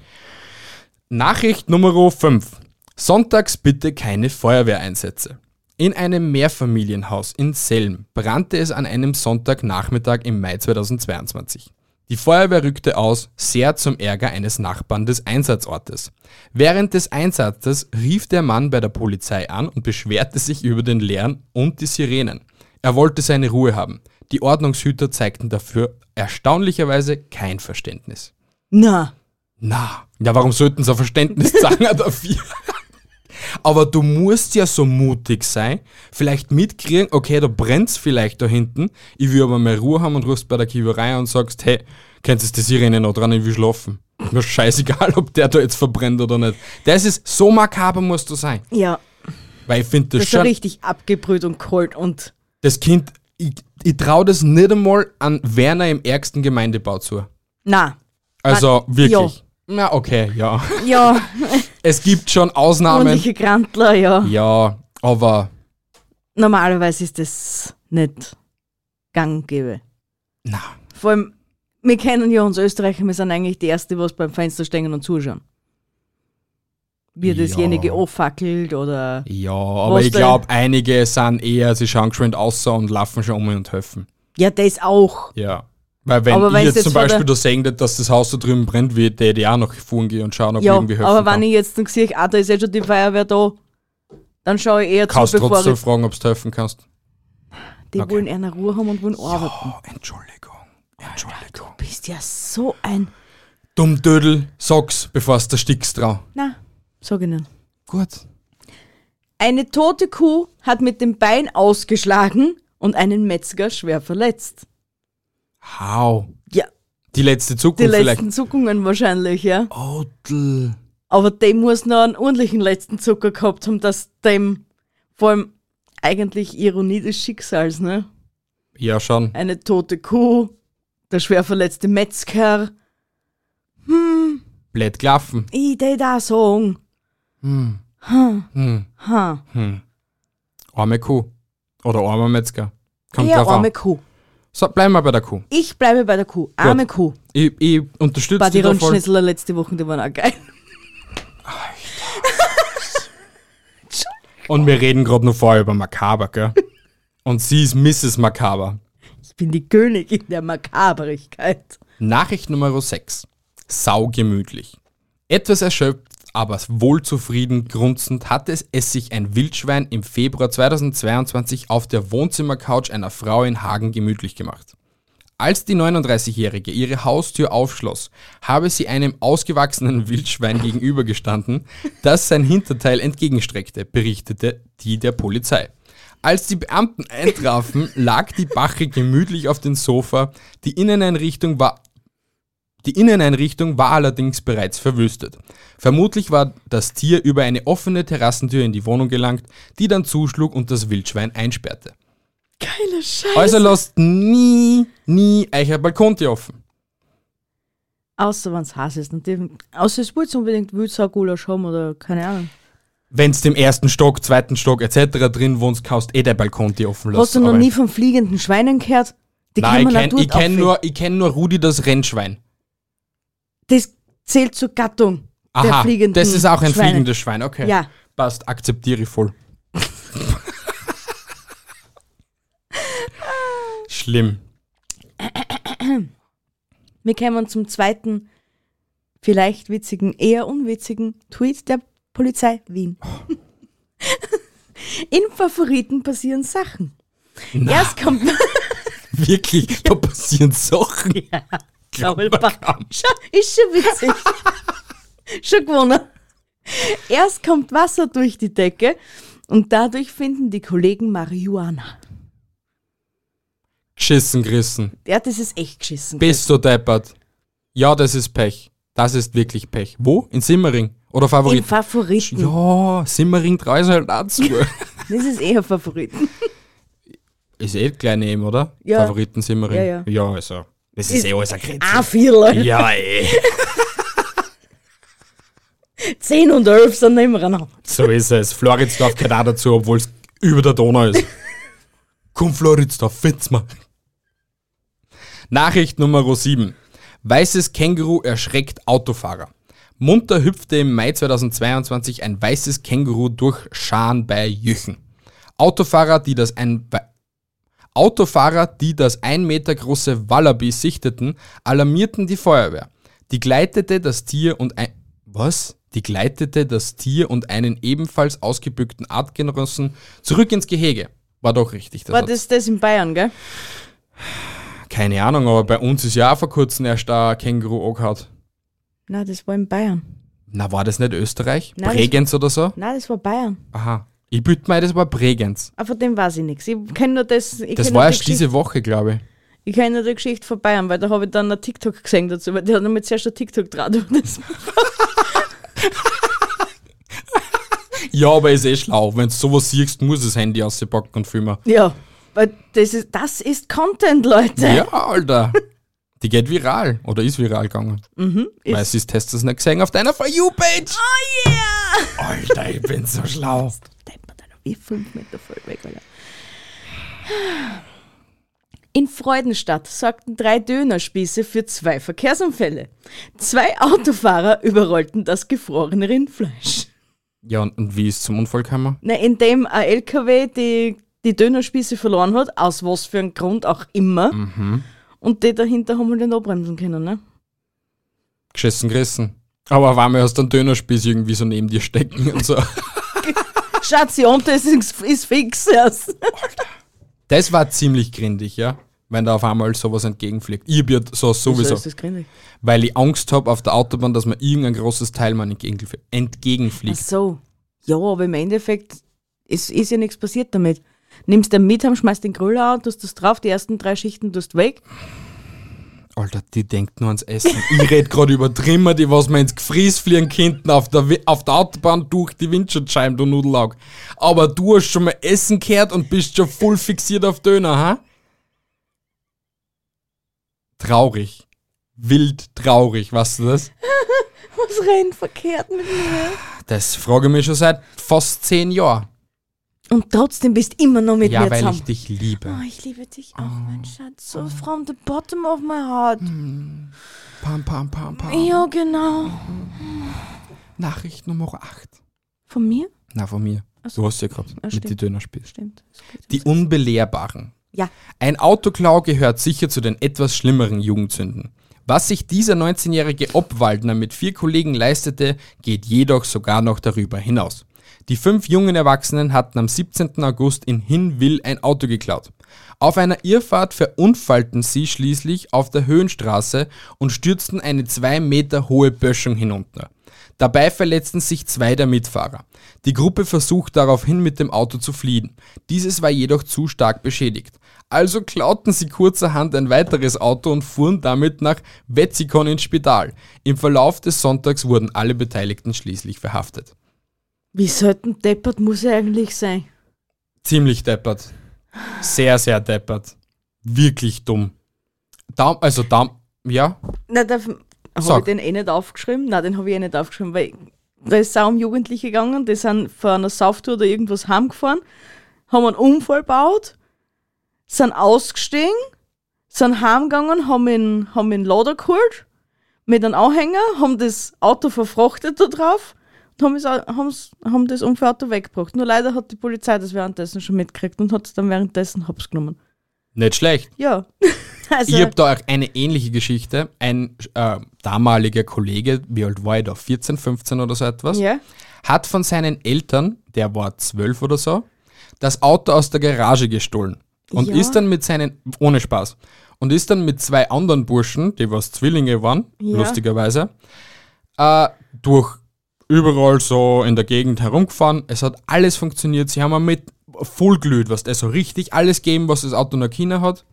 [SPEAKER 1] Nachricht Nummer 5. Sonntags bitte keine Feuerwehreinsätze. In einem Mehrfamilienhaus in Selm brannte es an einem Sonntagnachmittag im Mai 2022. Die Feuerwehr rückte aus, sehr zum Ärger eines Nachbarn des Einsatzortes. Während des Einsatzes rief der Mann bei der Polizei an und beschwerte sich über den Lärm und die Sirenen. Er wollte seine Ruhe haben. Die Ordnungshüter zeigten dafür erstaunlicherweise kein Verständnis.
[SPEAKER 2] Na,
[SPEAKER 1] Na, ja, warum sollten sie ein Verständnis sagen dafür? Aber du musst ja so mutig sein, vielleicht mitkriegen, okay, da brennt's vielleicht da hinten, ich will aber mehr Ruhe haben und rufst bei der Kiewerei und sagst, hey, könntest du die Sirene noch dran, ich will schlafen. Mir scheißegal, ob der da jetzt verbrennt oder nicht. Das ist, so makaber musst du sein.
[SPEAKER 2] Ja,
[SPEAKER 1] Weil ich finde das,
[SPEAKER 2] das ist schon
[SPEAKER 1] schon,
[SPEAKER 2] richtig abgebrüht und kalt und
[SPEAKER 1] das Kind, ich, ich traue das nicht einmal an Werner im ärgsten Gemeindebau zu.
[SPEAKER 2] na.
[SPEAKER 1] Also
[SPEAKER 2] Na,
[SPEAKER 1] wirklich. Na, okay, ja.
[SPEAKER 2] Ja,
[SPEAKER 1] Es gibt schon
[SPEAKER 2] ja
[SPEAKER 1] Ausnahmen.
[SPEAKER 2] ordentliche Grantler, ja.
[SPEAKER 1] Ja, aber
[SPEAKER 2] Normalerweise ist das nicht gang und gäbe.
[SPEAKER 1] na,
[SPEAKER 2] Vor allem, wir kennen ja uns Österreicher, wir sind eigentlich die Erste, was beim Fenster stehen und zuschauen. Wie
[SPEAKER 1] Ja.
[SPEAKER 2] dasjenige auffackelt oder.
[SPEAKER 1] ja, aber
[SPEAKER 2] Was
[SPEAKER 1] ich
[SPEAKER 2] denn?
[SPEAKER 1] glaube, einige sind eher, sie schauen geschwind aus und laufen schon um und helfen.
[SPEAKER 2] Ja, das auch.
[SPEAKER 1] Ja. Weil wenn
[SPEAKER 2] Aber
[SPEAKER 1] ich
[SPEAKER 2] wenn's
[SPEAKER 1] jetzt,
[SPEAKER 2] jetzt
[SPEAKER 1] zum
[SPEAKER 2] von
[SPEAKER 1] Beispiel
[SPEAKER 2] der-
[SPEAKER 1] da sehen, dass das Haus da drüben brennt, wie der ich auch noch fahren gehen und schauen, ob
[SPEAKER 2] Ja,
[SPEAKER 1] ich irgendwie helfen
[SPEAKER 2] aber
[SPEAKER 1] kann.
[SPEAKER 2] wenn ich jetzt dann sehe, ah, da ist eh schon die Feuerwehr da, dann schaue ich eher
[SPEAKER 1] kannst
[SPEAKER 2] zu, bevor
[SPEAKER 1] trotzdem
[SPEAKER 2] ich,
[SPEAKER 1] fragen, ob du helfen kannst.
[SPEAKER 2] die
[SPEAKER 1] okay.
[SPEAKER 2] wollen eine Ruhe haben und wollen arbeiten.
[SPEAKER 1] Oh, Entschuldigung. Oh, Entschuldigung.
[SPEAKER 2] Du bist ja so ein.
[SPEAKER 1] Dumm Dödel, sag's, bevor du erstickst drauf.
[SPEAKER 2] Na, sag ich nicht.
[SPEAKER 1] Gut.
[SPEAKER 2] Eine tote Kuh hat mit dem Bein ausgeschlagen und einen Metzger schwer verletzt.
[SPEAKER 1] Hau.
[SPEAKER 2] Ja,
[SPEAKER 1] Die letzte
[SPEAKER 2] die
[SPEAKER 1] Zukunft vielleicht.
[SPEAKER 2] letzten Zuckungen wahrscheinlich, ja.
[SPEAKER 1] Odl.
[SPEAKER 2] Aber dem muss noch einen ordentlichen letzten Zucker gehabt haben, dass dem vor allem eigentlich Ironie des Schicksals, ne?
[SPEAKER 1] Ja, schon.
[SPEAKER 2] Eine tote Kuh, der schwer verletzte Metzger.
[SPEAKER 1] Blöd gelaufen.
[SPEAKER 2] Ich de da Song.
[SPEAKER 1] Hm.
[SPEAKER 2] Ha.
[SPEAKER 1] Arme Kuh. Oder armer Metzger. Kommt
[SPEAKER 2] Ja,
[SPEAKER 1] drauf
[SPEAKER 2] arme
[SPEAKER 1] an.
[SPEAKER 2] Kuh.
[SPEAKER 1] So, bleiben wir bei der Kuh.
[SPEAKER 2] Ich bleibe bei der Kuh. Arme Kuh.
[SPEAKER 1] Ich, ich unterstütze
[SPEAKER 2] Bei die
[SPEAKER 1] dich da voll.
[SPEAKER 2] Rundschnitzler letzte Woche, die waren auch geil.
[SPEAKER 1] Und wir reden gerade noch vorher über Makaber, gell? Und sie ist Mrs. Makaber.
[SPEAKER 2] Ich bin die Königin der Makaberigkeit.
[SPEAKER 1] Nachricht Nummer 6. Saugemütlich. Etwas erschöpft, aber wohlzufrieden grunzend hatte es, es sich ein Wildschwein im Februar 2022 auf der Wohnzimmercouch einer Frau in Hagen gemütlich gemacht. Als die 39-Jährige ihre Haustür aufschloss, habe sie einem ausgewachsenen Wildschwein gegenübergestanden, das sein Hinterteil entgegenstreckte, berichtete die der Polizei. Als die Beamten eintrafen, lag die Bache gemütlich auf dem Sofa, die Inneneinrichtung war die Inneneinrichtung war allerdings bereits verwüstet. Vermutlich war das Tier über eine offene Terrassentür in die Wohnung gelangt, die dann zuschlug und das Wildschwein einsperrte.
[SPEAKER 2] Geiler Scheiß.
[SPEAKER 1] Also lasst nie, nie euer Balkontür offen.
[SPEAKER 2] Außer wenn's Hass ist. Und die, außer es wollt unbedingt Wildsau-Gulasch haben oder keine Ahnung.
[SPEAKER 1] Wenn's dem ersten Stock, zweiten Stock etc. drin wohnst, kannst eh dein Balkontür offen lassen.
[SPEAKER 2] Hast du noch
[SPEAKER 1] aber-
[SPEAKER 2] nie von fliegenden Schweinen gehört? Die
[SPEAKER 1] Nein,
[SPEAKER 2] kann man auch
[SPEAKER 1] ich kenn-
[SPEAKER 2] dort
[SPEAKER 1] ich kenne
[SPEAKER 2] auffinden.
[SPEAKER 1] nur, ich kenn nur Rudi das Rennschwein.
[SPEAKER 2] Das zählt zur Gattung der
[SPEAKER 1] Aha,
[SPEAKER 2] fliegenden
[SPEAKER 1] das ist auch ein
[SPEAKER 2] Schweine.
[SPEAKER 1] fliegendes Schwein, okay.
[SPEAKER 2] Ja.
[SPEAKER 1] Passt, akzeptiere ich voll. Schlimm.
[SPEAKER 2] Wir kommen zum zweiten, vielleicht witzigen, eher unwitzigen Tweet der Polizei Wien.
[SPEAKER 1] Oh.
[SPEAKER 2] In Favoriten passieren Sachen. Erst kommt
[SPEAKER 1] Wirklich, da passieren Sachen.
[SPEAKER 2] Krabbelbach. Ist schon witzig. schon gewonnen. Erst kommt Wasser durch die Decke und dadurch finden die Kollegen Marihuana.
[SPEAKER 1] Geschissen gerissen.
[SPEAKER 2] Ja, das ist echt geschissen.
[SPEAKER 1] Bist du deppert. Ja, das ist Pech. Das ist wirklich Pech. Wo? In Simmering? Oder
[SPEAKER 2] In
[SPEAKER 1] Favorit?
[SPEAKER 2] Favoriten.
[SPEAKER 1] ja, Simmering 3 ist halt dazu.
[SPEAKER 2] Das ist eher Favoriten.
[SPEAKER 1] ist eh klein eben, oder?
[SPEAKER 2] Ja.
[SPEAKER 1] Favoriten Simmering.
[SPEAKER 2] Ja, ja.
[SPEAKER 1] also. Das ist, eh alles ein Grenze.
[SPEAKER 2] A4 Ah, Leute.
[SPEAKER 1] Ja, eh.
[SPEAKER 2] 10 und 11 sind nebeneinander.
[SPEAKER 1] So ist es. Floridsdorf gehört auch dazu, obwohl es über der Donau ist. Komm, Floridsdorf, find's mal. Nachricht Nummer 7. Weißes Känguru erschreckt Autofahrer. Munter hüpfte im Mai 2022 ein weißes Känguru durch Scharen bei Jüchen. Autofahrer, die das ein wei- Autofahrer, die das ein Meter große Wallaby sichteten, alarmierten die Feuerwehr. Die gleitete das Tier und ein was? Die gleitete das Tier und einen ebenfalls ausgebückten Artgenossen zurück ins Gehege. War doch richtig. der
[SPEAKER 2] War
[SPEAKER 1] Satz.
[SPEAKER 2] Ah, das das in Bayern, gell?
[SPEAKER 1] Keine Ahnung, aber bei uns ist ja auch vor kurzem erst ein Känguru angehaut.
[SPEAKER 2] Na, das war in Bayern.
[SPEAKER 1] Na, war das nicht Österreich?
[SPEAKER 2] Nein, das-
[SPEAKER 1] Bregenz oder so?
[SPEAKER 2] Nein, das war Bayern.
[SPEAKER 1] Aha. Ich büte mir, ein, das war Bregenz.
[SPEAKER 2] Aber von dem weiß ich nichts. Ich kenne nur das. Ich
[SPEAKER 1] Das
[SPEAKER 2] kenn
[SPEAKER 1] war
[SPEAKER 2] nur die
[SPEAKER 1] erst diese Woche, glaube ich.
[SPEAKER 2] Geschichte- Ich kenne nur die Geschichte von Bayern, weil da habe ich dann ein TikTok gesehen dazu, weil die hat nämlich zuerst ein TikTok dran. Das
[SPEAKER 1] Ja, aber ist eh schlau. Wenn du sowas siehst, muss das Handy auspacken und filmen.
[SPEAKER 2] Ja, weil das ist, das ist Content, Leute.
[SPEAKER 1] Ja, Alter. Die geht viral. Oder ist viral gegangen.
[SPEAKER 2] Mhm,
[SPEAKER 1] Weil sie ist hast es nicht gesehen auf deiner For You-Page.
[SPEAKER 2] Oh yeah!
[SPEAKER 1] Alter, ich bin so schlau.
[SPEAKER 2] Denkt man dann wie fünf Meter voll weg, Alter. In Freudenstadt sorgten drei Dönerspieße für zwei Verkehrsunfälle. Zwei Autofahrer überrollten das gefrorene Rindfleisch.
[SPEAKER 1] Ja, und, und wie ist zum Unfall gekommen?
[SPEAKER 2] Na, indem ein LKW die, die Dönerspieße verloren hat, aus was für einem Grund auch immer, und die dahinter haben wir nicht abbremsen können, ne?
[SPEAKER 1] Geschissen gerissen. Aber war mir aus dem Dönerspieß irgendwie so neben dir stecken und so.
[SPEAKER 2] Station, das ist, ist fix erst.
[SPEAKER 1] Das war ziemlich grindig, ja. Wenn da auf einmal sowas entgegenfliegt. Ich bin so sowieso.
[SPEAKER 2] ist das grindig.
[SPEAKER 1] Weil ich Angst habe auf der Autobahn, dass mir irgendein großes Teil mal entgegenfl-
[SPEAKER 2] Ach
[SPEAKER 1] entgegenfliegt.
[SPEAKER 2] so. Ja, aber im Endeffekt ist, ist ja nichts passiert damit. Nimmst den mit, heim, schmeißt den Griller an, tust das drauf, die ersten drei Schichten tust weg.
[SPEAKER 1] Alter, die denkt nur ans Essen. Ich rede gerade über Trimmer, die was mir ins Gefries fliegen könnten, auf der, Wi- auf der Autobahn durch die Windschutzscheibe, du Nudelaug. Aber du hast schon mal Essen gehört und bist schon voll fixiert auf Döner, ha? Traurig. Wild traurig, weißt du das?
[SPEAKER 2] Was rennt verkehrt mit mir?
[SPEAKER 1] Das frage ich mich schon seit fast zehn Jahren.
[SPEAKER 2] Und trotzdem bist immer noch mit
[SPEAKER 1] Ja,
[SPEAKER 2] mir
[SPEAKER 1] weil
[SPEAKER 2] zusammen.
[SPEAKER 1] ich Ah. dich liebe.
[SPEAKER 2] oh, ich liebe dich auch, mein Schatz. So from the bottom of my heart.
[SPEAKER 1] Hm. Pam, pam, pam, pam.
[SPEAKER 2] Ja, genau.
[SPEAKER 1] Nachricht Nummer 8.
[SPEAKER 2] Von mir?
[SPEAKER 1] Na, von mir. Du hast ja gehabt. mit
[SPEAKER 2] stimmt.
[SPEAKER 1] die Dönerspieß.
[SPEAKER 2] Stimmt. Es geht
[SPEAKER 1] Die Unbelehrbaren.
[SPEAKER 2] Ja.
[SPEAKER 1] Ein Autoklau gehört sicher zu den etwas schlimmeren Jugendsünden. Was sich dieser 19-jährige Obwaldner mit vier Kollegen leistete, geht jedoch sogar noch darüber hinaus. Die fünf jungen Erwachsenen hatten am 17. August in Hinwil ein Auto geklaut. Auf einer Irrfahrt verunfallten sie schließlich auf der Höhenstraße und stürzten eine zwei Meter hohe Böschung hinunter. Dabei verletzten sich zwei der Mitfahrer. Die Gruppe versucht daraufhin mit dem Auto zu fliehen. Dieses war jedoch zu stark beschädigt. Also klauten sie kurzerhand ein weiteres Auto und fuhren damit nach Wetzikon ins Spital. Im Verlauf des Sonntags wurden alle Beteiligten schließlich verhaftet.
[SPEAKER 2] Wie selten deppert muss er eigentlich sein?
[SPEAKER 1] Ziemlich deppert. Sehr, sehr deppert. Wirklich dumm. Daum, also Daum, ja,
[SPEAKER 2] Na, da habe
[SPEAKER 1] Sag.
[SPEAKER 2] ich den eh nicht aufgeschrieben. Nein, den habe ich eh nicht aufgeschrieben, weil da ist es auch um Jugendliche gegangen, die sind von einer Sauftour oder irgendwas heimgefahren, haben einen Unfall gebaut, sind ausgestiegen, sind heimgegangen, haben ihn, haben ihn Lader geholt mit einem Anhänger, haben das Auto verfrachtet da drauf und haben, es, au- haben's, haben das Unfallauto weggebracht. Nur leider hat die Polizei das währenddessen schon mitgekriegt und hat es dann währenddessen hops genommen.
[SPEAKER 1] nicht schlecht.
[SPEAKER 2] Ja. Also,
[SPEAKER 1] Ich habe da auch eine ähnliche Geschichte. Ein äh, damaliger Kollege, wie alt war ich da? 14, 15 oder so etwas,
[SPEAKER 2] ja.
[SPEAKER 1] hat von seinen Eltern, der war 12 oder so, das Auto aus der Garage gestohlen. Und
[SPEAKER 2] Ja.
[SPEAKER 1] ist dann mit seinen, ohne Spaß, und ist dann mit zwei anderen Burschen, die was Zwillinge waren,
[SPEAKER 2] Ja.
[SPEAKER 1] lustigerweise, äh, durch überall so in der Gegend herumgefahren. Es hat alles funktioniert. Sie haben mit voll glüht, was also richtig alles geben, was das Auto nach China hat.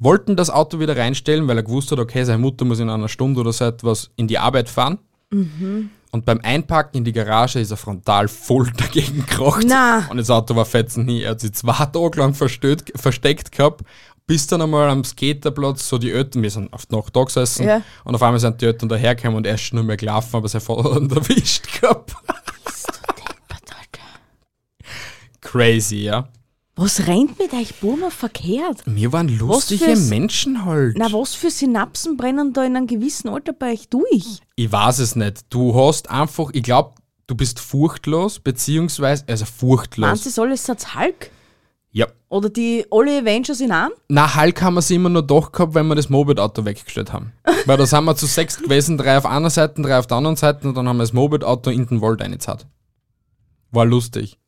[SPEAKER 1] Wollten das Auto wieder reinstellen, weil er gewusst hat, okay, seine Mutter muss in einer Stunde oder so etwas in die Arbeit fahren.
[SPEAKER 2] Mhm.
[SPEAKER 1] Und beim Einparken in die Garage ist er frontal voll dagegen gekrocht.
[SPEAKER 2] Na.
[SPEAKER 1] Und das Auto war fetzen nie. Er hat sich zwei Tage lang verstört, versteckt gehabt, bis dann einmal am Skaterplatz so die Ötten, wir sind oft noch da gesessen,
[SPEAKER 2] Ja.
[SPEAKER 1] und auf einmal sind die Ötten dahergekommen und er ist schon nicht mehr gelaufen, aber sein Vater hat ihn erwischt gehabt. Crazy, ja.
[SPEAKER 2] Was rennt mit euch Burma verkehrt?
[SPEAKER 1] Mir waren lustige
[SPEAKER 2] für's-
[SPEAKER 1] Menschen halt.
[SPEAKER 2] Na, was für Synapsen brennen da in einem gewissen Alter bei euch durch?
[SPEAKER 1] Ich weiß es nicht. Du hast einfach, ich glaube, du bist furchtlos, beziehungsweise, also
[SPEAKER 2] Meinst
[SPEAKER 1] furchtlos.
[SPEAKER 2] du, das alles als Hulk?
[SPEAKER 1] Ja.
[SPEAKER 2] Oder die alle Avengers in einem?
[SPEAKER 1] Na, Hulk haben wir sie immer nur doch gehabt, wenn wir das Moped-Auto weggestellt haben. Weil da sind wir zu sechs gewesen, drei auf einer Seite, drei auf der anderen Seite und dann haben wir das Moped-Auto in den Wald reingezahlt. War lustig.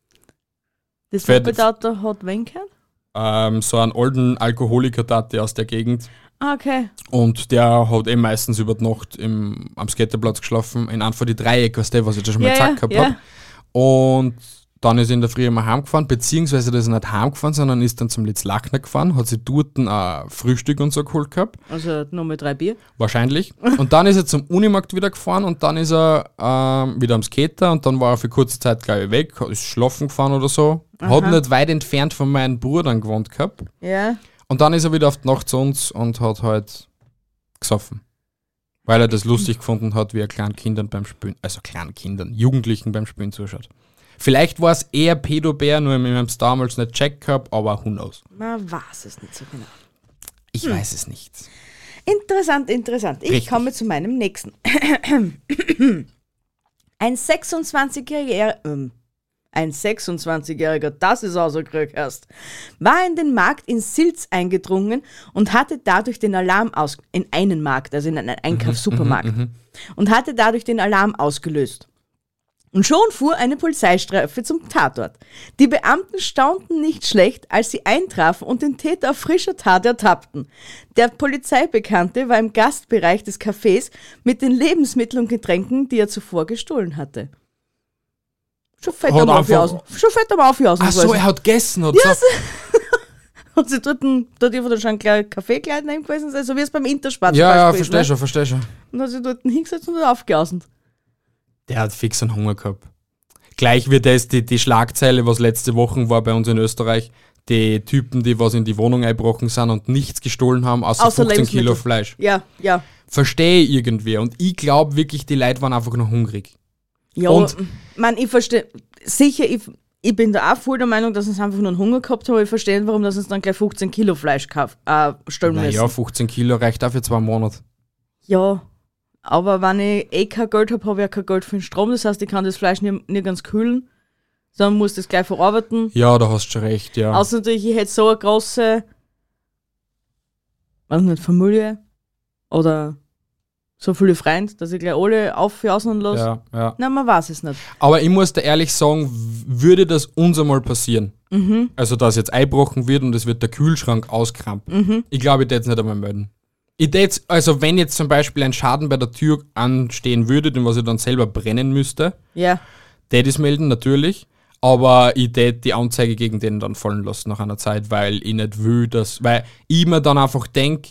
[SPEAKER 2] Das
[SPEAKER 1] Fertig.
[SPEAKER 2] Moped-Auto hat wen gehört?
[SPEAKER 1] Ähm, so einen alten Alkoholiker-Tate aus der Gegend.
[SPEAKER 2] Ah, okay.
[SPEAKER 1] Und der hat eh meistens über die Nacht im, am Skaterplatz geschlafen, in Anfang die Dreieck, weißt du, was ich da schon mal
[SPEAKER 2] Ja,
[SPEAKER 1] gesagt
[SPEAKER 2] ja,
[SPEAKER 1] gehabt hab. Und dann ist er in der Früh immer heimgefahren, beziehungsweise der ist nicht heimgefahren, sondern ist dann zum Litzlachner gefahren, hat sich dort ein äh, Frühstück und so geholt gehabt,
[SPEAKER 2] Also nochmal drei Bier.
[SPEAKER 1] wahrscheinlich. Und dann ist er zum Unimarkt wieder gefahren und dann ist er ähm, wieder am Skater und dann war er für kurze Zeit, glaube ich, weg, ist schlafen gefahren oder so. Hat nicht weit entfernt von meinen Brüdern gewohnt gehabt.
[SPEAKER 2] Ja.
[SPEAKER 1] Und dann ist er wieder auf die Nacht zu uns und hat halt gesoffen. Weil er das lustig gefunden hat, wie er kleinen Kindern beim Spülen, also kleinen Kindern, Jugendlichen beim Spülen zuschaut. Vielleicht war es eher Pedobär, nur wenn ich es damals nicht checkt habe, aber who knows.
[SPEAKER 2] Man weiß es nicht so genau.
[SPEAKER 1] Ich weiß es nicht.
[SPEAKER 2] Interessant, interessant. Ich
[SPEAKER 1] Richtig.
[SPEAKER 2] komme zu meinem nächsten. Ein 26-jähriger, ähm, ein 26-jähriger, das ist außer Krieg erst, war in den Markt in Silz eingedrungen und hatte dadurch den Alarm aus, in einen Markt, also in einen Einkaufssupermarkt, und hatte dadurch den Alarm ausgelöst. Und schon fuhr eine Polizeistreife zum Tatort. Die Beamten staunten nicht schlecht, als sie eintrafen und den Täter auf frischer Tat ertappten. Der Polizeibekannte war im Gastbereich des Cafés mit den Lebensmitteln und Getränken, die er zuvor gestohlen hatte. Schon fett
[SPEAKER 1] Hat
[SPEAKER 2] am
[SPEAKER 1] einfach-
[SPEAKER 2] Aufjausen. Schon fett am Aufjausen.
[SPEAKER 1] Ach so,
[SPEAKER 2] gewesen.
[SPEAKER 1] er hat gegessen und
[SPEAKER 2] Ja,
[SPEAKER 1] so.
[SPEAKER 2] Und sie dort, ein- dort dürfen dann schon ein kleines Kaffeekleid nehmen gewesen sein, so wie es beim Interspart zum
[SPEAKER 1] Ja, ja,
[SPEAKER 2] Beispiel ist,
[SPEAKER 1] versteh
[SPEAKER 2] ne?
[SPEAKER 1] schon, versteh schon.
[SPEAKER 2] Und hat sie dort hingesetzt und hat aufgeausen.
[SPEAKER 1] Der hat fix einen Hunger gehabt. Gleich wie das die, die Schlagzeile, was letzte Woche war bei uns in Österreich, die Typen, die was in die Wohnung einbrochen sind und nichts gestohlen haben, außer,
[SPEAKER 2] Außer
[SPEAKER 1] 15 Kilo
[SPEAKER 2] Lebensmittel.
[SPEAKER 1] Fleisch.
[SPEAKER 2] Ja, ja.
[SPEAKER 1] verstehe ich irgendwie. Und ich glaube wirklich, die Leute waren einfach nur hungrig.
[SPEAKER 2] Ja,
[SPEAKER 1] Und-
[SPEAKER 2] man, ich verstehe, sicher, ich, ich bin da auch voll der Meinung, dass sie einfach nur einen Hunger gehabt haben, aber ich verstehe, nicht, warum dass sie dann gleich 15 Kilo Fleisch kauf, äh, stellen
[SPEAKER 1] Naja,
[SPEAKER 2] müssen.
[SPEAKER 1] 15 Kilo reicht auch für zwei Monate.
[SPEAKER 2] Ja, aber wenn ich eh kein Geld habe, habe ich auch kein Geld für den Strom, das heißt, ich kann das Fleisch nie, nie ganz kühlen, sondern muss das gleich verarbeiten.
[SPEAKER 1] Ja, da hast du schon recht, ja.
[SPEAKER 2] Außer natürlich, ich hätte so eine große, weiß nicht, Familie oder so viele Freunde, dass ich gleich alle auf für außen lasse.
[SPEAKER 1] ja, ja.
[SPEAKER 2] Nein, man weiß es nicht.
[SPEAKER 1] Aber ich muss da ehrlich sagen, w- würde das uns einmal passieren, also dass jetzt einbrochen wird und es wird der Kühlschrank auskrampen, ich glaube, ich würde es nicht einmal melden. Ich tät's, also wenn jetzt zum Beispiel ein Schaden bei der Tür anstehen würde, den was ich dann selber brennen müsste,
[SPEAKER 2] Ja,
[SPEAKER 1] tät es melden, natürlich. Aber ich tät die Anzeige gegen den dann fallen lassen nach einer Zeit, weil ich nicht will, dass. Weil ich mir dann einfach denk,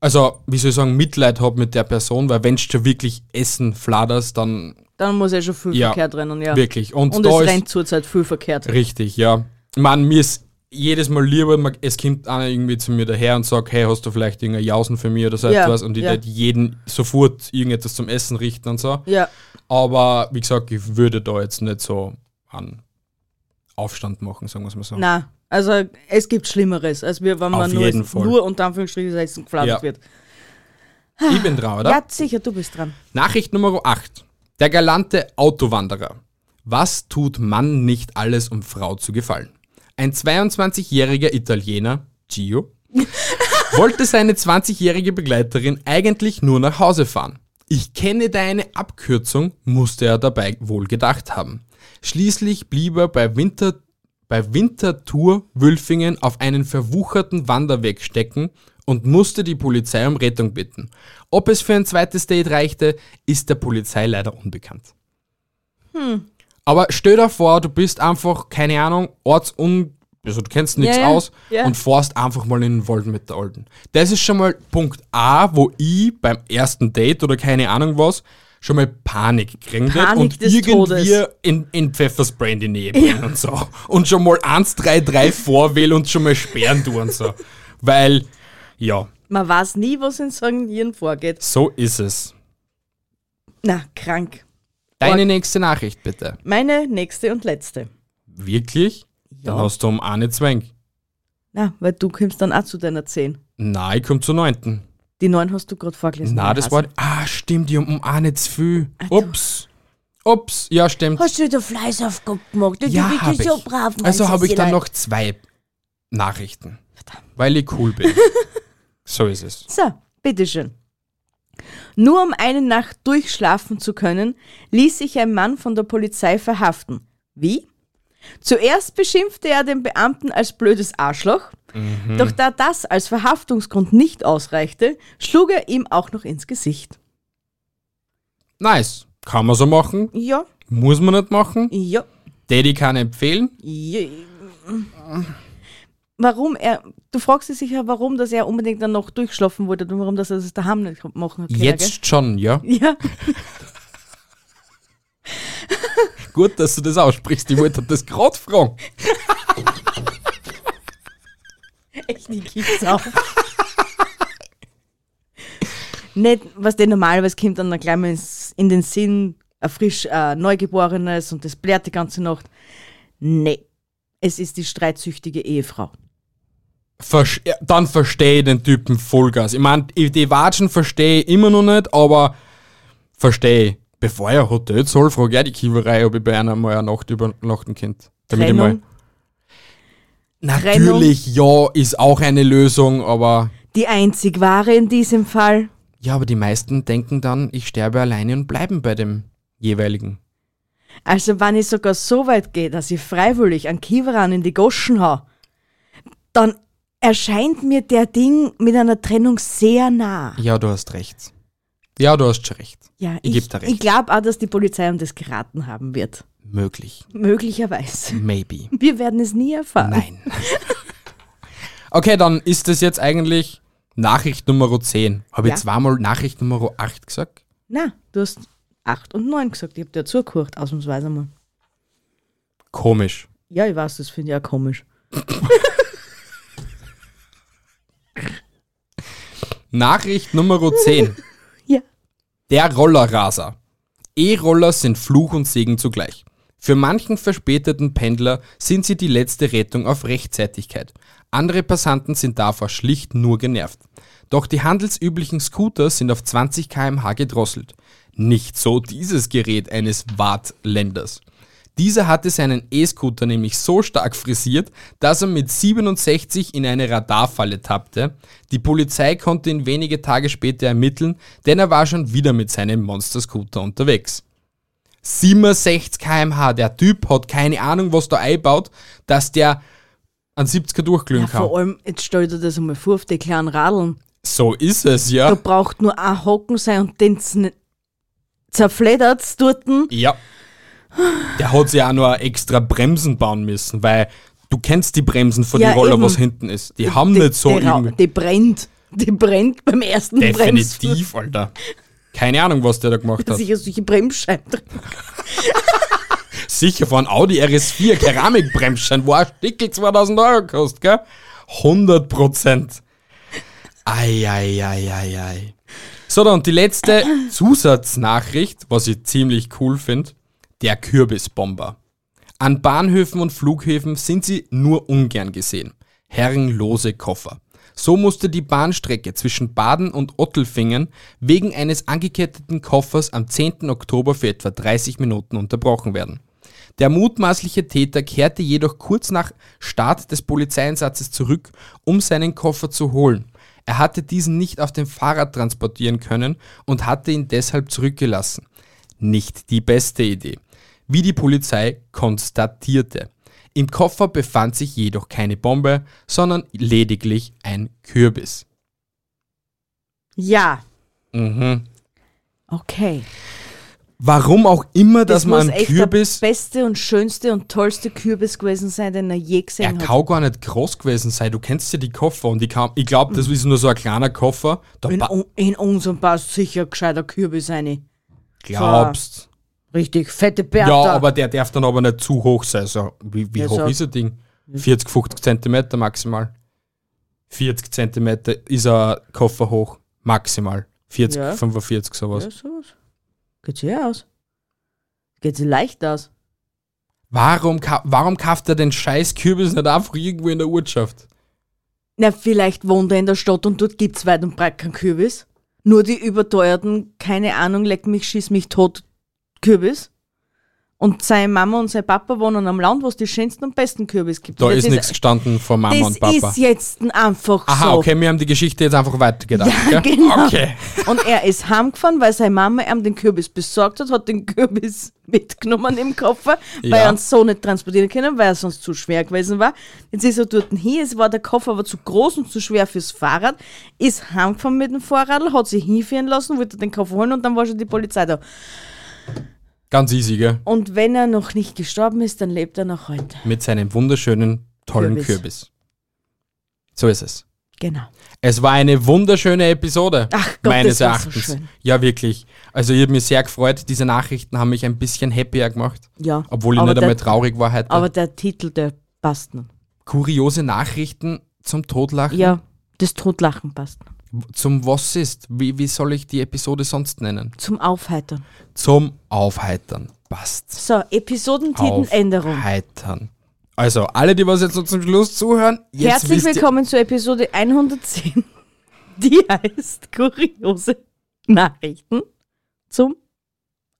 [SPEAKER 1] also, wie soll ich sagen, Mitleid hab mit der Person, weil wenn du schon wirklich Essen fladerst, dann
[SPEAKER 2] dann muss eh schon viel
[SPEAKER 1] Ja,
[SPEAKER 2] verkehrt rennen, ja.
[SPEAKER 1] wirklich. Und,
[SPEAKER 2] Und
[SPEAKER 1] da
[SPEAKER 2] es
[SPEAKER 1] ist.
[SPEAKER 2] rennt zurzeit viel verkehrt.
[SPEAKER 1] Richtig, ja. Man, mir ist jedes Mal lieber, man- es kommt einer irgendwie zu mir daher und sagt, hey, hast du vielleicht irgendein Jausen für mich oder so
[SPEAKER 2] Ja,
[SPEAKER 1] etwas? Und ich
[SPEAKER 2] ja.
[SPEAKER 1] tät jeden sofort irgendetwas zum Essen richten und so.
[SPEAKER 2] Ja,
[SPEAKER 1] Aber wie gesagt, ich würde da jetzt nicht so einen Aufstand machen, sagen wir es mal so.
[SPEAKER 2] nein. Also es gibt Schlimmeres, als wir, wenn man nur,
[SPEAKER 1] jeden Fall.
[SPEAKER 2] nur unter Anführungsstrichen Essen geflattert
[SPEAKER 1] Ja.
[SPEAKER 2] wird.
[SPEAKER 1] Ich bin dran, oder?
[SPEAKER 2] Ja, sicher, du bist dran.
[SPEAKER 1] Nachricht Nummer 8. Der galante Autowanderer. Was tut Mann nicht alles, um Frau zu gefallen? Ein 22-jähriger Italiener, Gio, wollte seine 20-jährige Begleiterin eigentlich nur nach Hause fahren. Ich kenne deine Abkürzung, musste er dabei wohl gedacht haben. Schließlich blieb er bei, Winter, bei Winterthur Wülfingen auf einen verwucherten Wanderweg stecken und musste die Polizei um Rettung bitten. Ob es für ein zweites Date reichte, ist der Polizei leider unbekannt.
[SPEAKER 2] Hm.
[SPEAKER 1] Aber stell dir vor, du bist einfach, keine Ahnung, ortsun... Also du kennst nichts
[SPEAKER 2] Ja, ja.
[SPEAKER 1] aus
[SPEAKER 2] Ja.
[SPEAKER 1] und fährst einfach mal in den Wald mit der Alten. Das ist schon mal Punkt A, wo ich beim ersten Date oder keine Ahnung was schon mal Panik kriegen werd
[SPEAKER 2] Panik
[SPEAKER 1] und
[SPEAKER 2] des
[SPEAKER 1] irgendwie
[SPEAKER 2] Todes.
[SPEAKER 1] in, in Pfefferspray in die Nähe bringen und so. Und schon mal 1, 3, 3 vorwählen und schon mal sperren tun und so. Weil, ja,
[SPEAKER 2] Man weiß nie, was in so einem Hirn vorgeht.
[SPEAKER 1] so ist es.
[SPEAKER 2] Na, krank.
[SPEAKER 1] Deine
[SPEAKER 2] Org.
[SPEAKER 1] nächste Nachricht bitte.
[SPEAKER 2] Meine nächste und letzte.
[SPEAKER 1] Wirklich? Dann
[SPEAKER 2] Ja.
[SPEAKER 1] hast du um eine Zwang.
[SPEAKER 2] Na, weil du kommst dann auch zu deiner 10.
[SPEAKER 1] Nein, ich komm zur neunten.
[SPEAKER 2] Die 9 hast du gerade vorgelesen.
[SPEAKER 1] Na,
[SPEAKER 2] mein
[SPEAKER 1] das
[SPEAKER 2] Hase.
[SPEAKER 1] war. Ah, stimmt, die haben um auch nicht zu viel. Ups. Ups, ja, stimmt.
[SPEAKER 3] Hast du da Fleiß aufgemacht? Du
[SPEAKER 1] Ja,
[SPEAKER 3] bist
[SPEAKER 1] hab ich.
[SPEAKER 3] so brav, mein
[SPEAKER 1] Also habe ich dann
[SPEAKER 3] Süßelein.
[SPEAKER 1] noch zwei Nachrichten. Weil ich cool bin. so ist es.
[SPEAKER 2] So, bitteschön. Nur um eine Nacht durchschlafen zu können, ließ sich ein Mann von der Polizei verhaften. Wie? Zuerst beschimpfte er den Beamten als blödes Arschloch Doch da das als Verhaftungsgrund nicht ausreichte, schlug er ihm auch noch ins Gesicht.
[SPEAKER 1] Nice. Kann man so machen.
[SPEAKER 2] Ja,
[SPEAKER 1] Muss man nicht machen.
[SPEAKER 2] ja,
[SPEAKER 1] Daddy kann empfehlen.
[SPEAKER 2] ja. Warum er, du fragst dich sicher, warum, dass er unbedingt dann noch durchschlafen wollte und warum dass er das daheim nicht machen hat. können,
[SPEAKER 1] Jetzt schon, ja.
[SPEAKER 2] Gell? Ja,
[SPEAKER 1] Gut, dass du das aussprichst. Ich wollte das gerade fragen.
[SPEAKER 2] echt, die gibt's auch. nicht, was denn normalerweise kommt dann gleich mal ins- in den Sinn, ein frisch äh, Neugeborenes und das blärt die ganze Nacht. Nee, es ist die streitsüchtige Ehefrau.
[SPEAKER 1] Versch ja, dann verstehe ich den Typen Vollgas. Ich meine, die Watschen verstehe ich immer noch nicht, aber verstehe ich. Bevor er Hotel soll, frage ich auch die Kiewerei, ob ich bei einer mal eine Nacht übernachten könnte. Damit ich mal
[SPEAKER 2] Trennung,
[SPEAKER 1] Natürlich, ja, ist auch eine Lösung, aber.
[SPEAKER 2] die einzig wahre in diesem Fall.
[SPEAKER 1] Ja, aber die meisten denken dann, ich sterbe alleine und bleiben bei dem jeweiligen.
[SPEAKER 2] Also wenn ich sogar so weit gehe, dass ich freiwillig einen Kieweran in die Goschen hau, dann erscheint mir der Ding mit einer Trennung sehr nah.
[SPEAKER 1] Ja, du hast recht. Ja, du hast schon recht.
[SPEAKER 2] Ja,
[SPEAKER 1] Ich
[SPEAKER 2] ich,
[SPEAKER 1] geb
[SPEAKER 2] ich,
[SPEAKER 1] dir recht.
[SPEAKER 2] glaube auch, dass die Polizei um das geraten haben wird.
[SPEAKER 1] Möglich.
[SPEAKER 2] Möglicherweise.
[SPEAKER 1] Maybe.
[SPEAKER 2] Wir werden es nie erfahren.
[SPEAKER 1] Nein. okay, dann ist das jetzt eigentlich Nachricht Nummer 10. Habe ich
[SPEAKER 2] Ja.
[SPEAKER 1] zweimal Nachricht Nummer 8 gesagt?
[SPEAKER 2] Na, du hast 8 und 9 gesagt. Ich hab dir zugehört, ausnahmsweise mal.
[SPEAKER 1] Komisch.
[SPEAKER 2] Ja, ich weiß, das finde ich auch komisch.
[SPEAKER 1] Nachricht Nummer 10.
[SPEAKER 2] Ja.
[SPEAKER 1] Der Rollerraser. E-Roller sind Fluch und Segen zugleich. Für manchen verspäteten Pendler sind sie die letzte Rettung auf Rechtzeitigkeit. Andere Passanten sind davor schlicht nur genervt. Doch die handelsüblichen Scooter sind auf 20 km/h gedrosselt. Nicht so dieses Gerät eines Wartländers. Dieser hatte seinen E-Scooter nämlich so stark frisiert, dass er mit 67 in eine Radarfalle tappte. Die Polizei konnte ihn wenige Tage später ermitteln, denn er war schon wieder mit seinem Monster-Scooter unterwegs. 67 km/h, der Typ hat keine Ahnung, was da einbaut, dass der an 70er durchglühen
[SPEAKER 2] Ja,
[SPEAKER 1] kann.
[SPEAKER 2] vor allem, jetzt stell dir das einmal vor, auf die kleinen Radeln.
[SPEAKER 1] So ist es, ja.
[SPEAKER 2] Da braucht nur ein Hocken sein und den zerfleddert's dorten.
[SPEAKER 1] Ja. Der hat sich auch noch extra Bremsen bauen müssen, weil du kennst die Bremsen von
[SPEAKER 2] Ja,
[SPEAKER 1] den Roller,
[SPEAKER 2] eben.
[SPEAKER 1] was hinten ist. Die haben nicht so
[SPEAKER 2] die, rau-
[SPEAKER 1] irgendwie-
[SPEAKER 2] die brennt. Die brennt beim ersten Bremsen.
[SPEAKER 1] Definitiv, Alter. Keine Ahnung, was der da gemacht hat.
[SPEAKER 2] Sicher solche Bremsscheiben drin.
[SPEAKER 1] Sicher von Audi RS4 Keramikbremsschein, wo ein Stickel 2000 Euro kostet, gell? 100 Prozent. Eieieiei. So, dann die letzte Zusatznachricht, was ich ziemlich cool finde. Der Kürbisbomber. An Bahnhöfen und Flughäfen sind sie nur ungern gesehen. Herrenlose Koffer. So musste die Bahnstrecke zwischen Baden und Ottelfingen wegen eines angeketteten Koffers am 10. Oktober für etwa 30 Minuten unterbrochen werden. Der mutmaßliche Täter kehrte jedoch kurz nach Start des Polizeieinsatzes zurück, um seinen Koffer zu holen. Er hatte diesen nicht auf dem Fahrrad transportieren können und hatte ihn deshalb zurückgelassen. Nicht die beste Idee, wie die Polizei konstatierte. Im Koffer befand sich jedoch keine Bombe, sondern lediglich ein Kürbis.
[SPEAKER 2] Ja,
[SPEAKER 1] Mhm.
[SPEAKER 2] okay.
[SPEAKER 1] Warum auch immer, dass
[SPEAKER 2] Das muss
[SPEAKER 1] man einen
[SPEAKER 2] echt
[SPEAKER 1] Kürbis...
[SPEAKER 2] der beste und schönste und tollste Kürbis gewesen sein, den er je
[SPEAKER 1] Er
[SPEAKER 2] gesehen hat.
[SPEAKER 1] kann gar nicht groß gewesen sein. Du kennst ja die Koffer und ich, kann- ich glaube,
[SPEAKER 2] Mhm.
[SPEAKER 1] das ist nur so ein kleiner Koffer. Da
[SPEAKER 2] In,
[SPEAKER 1] pa-
[SPEAKER 2] un- in unserem passt sicher gescheiter Kürbis eine.
[SPEAKER 1] glaubst.
[SPEAKER 2] Richtig fette
[SPEAKER 1] Ja,
[SPEAKER 2] Bertha.
[SPEAKER 1] aber der darf dann aber nicht zu hoch sein. So, wie wie
[SPEAKER 2] Ja,
[SPEAKER 1] hoch
[SPEAKER 2] so. Mhm.
[SPEAKER 1] ist das Ding? 40, 50 Zentimeter maximal. 40 Zentimeter ist ein Koffer hoch. Maximal. 40,
[SPEAKER 2] Ja.
[SPEAKER 1] 45 sowas.
[SPEAKER 2] Ja, sowas. Geht's ja aus. Geht's leicht aus.
[SPEAKER 1] Warum, ka warum kauft er den scheiß Kürbis nicht einfach irgendwo in der Ortschaft?
[SPEAKER 2] Na, vielleicht wohnt er in der Stadt und dort gibt's weit und breit keinen Kürbis. Nur die überteuerten, keine Ahnung, leck mich, schieß mich tot Kürbis. Und seine Mama und sein Papa wohnen am Land, wo es die schönsten und besten Kürbis gibt.
[SPEAKER 1] Da
[SPEAKER 2] Und das
[SPEAKER 1] ist nichts gestanden von Mama
[SPEAKER 2] Das
[SPEAKER 1] und Papa.
[SPEAKER 2] ist jetzt einfach
[SPEAKER 1] Aha,
[SPEAKER 2] so.
[SPEAKER 1] okay, wir haben die Geschichte jetzt einfach weitergedacht.
[SPEAKER 2] Ja,
[SPEAKER 1] gell?
[SPEAKER 2] genau.
[SPEAKER 1] Okay.
[SPEAKER 2] Und er ist heimgefahren, weil seine Mama ihm den Kürbis besorgt hat, hat den Kürbis mitgenommen im Koffer, weil
[SPEAKER 1] Ja.
[SPEAKER 2] er ihn so nicht transportieren können, weil er sonst zu schwer gewesen war. Jetzt ist er dort hin, es war der Koffer aber zu groß und zu schwer fürs Fahrrad, ist heimgefahren mit dem Fahrrad, hat sich hinführen lassen, wollte den Koffer holen und dann war schon die Polizei da.
[SPEAKER 1] Ganz easy, gell?
[SPEAKER 2] Und wenn er noch nicht gestorben ist, dann lebt er noch heute.
[SPEAKER 1] Mit seinem wunderschönen, tollen Kürbis.
[SPEAKER 2] Kürbis.
[SPEAKER 1] So ist es.
[SPEAKER 2] Genau.
[SPEAKER 1] Es war eine wunderschöne Episode.
[SPEAKER 2] Ach Gott,
[SPEAKER 1] meines
[SPEAKER 2] das war so
[SPEAKER 1] Erachtens.
[SPEAKER 2] schön.
[SPEAKER 1] Ja, wirklich. Also, ich habe mich sehr gefreut. Diese Nachrichten haben mich ein bisschen happier gemacht.
[SPEAKER 2] Ja.
[SPEAKER 1] Obwohl ich
[SPEAKER 2] aber
[SPEAKER 1] nicht
[SPEAKER 2] der,
[SPEAKER 1] einmal traurig war heute.
[SPEAKER 2] Aber der Titel, der passt noch.
[SPEAKER 1] Kuriose Nachrichten zum Todlachen.
[SPEAKER 2] Ja, das Totlachen passt noch.
[SPEAKER 1] Zum Was ist? Wie, wie soll ich die Episode sonst nennen?
[SPEAKER 2] Zum Aufheitern.
[SPEAKER 1] Zum Aufheitern. Passt.
[SPEAKER 2] So, Episodentiteländerung.
[SPEAKER 1] Aufheitern. Also, alle, die was jetzt noch zum Schluss zuhören, jetzt
[SPEAKER 2] Herzlich
[SPEAKER 1] wisst ihr-
[SPEAKER 2] willkommen zur Episode 110. Die heißt Kuriose Nachrichten zum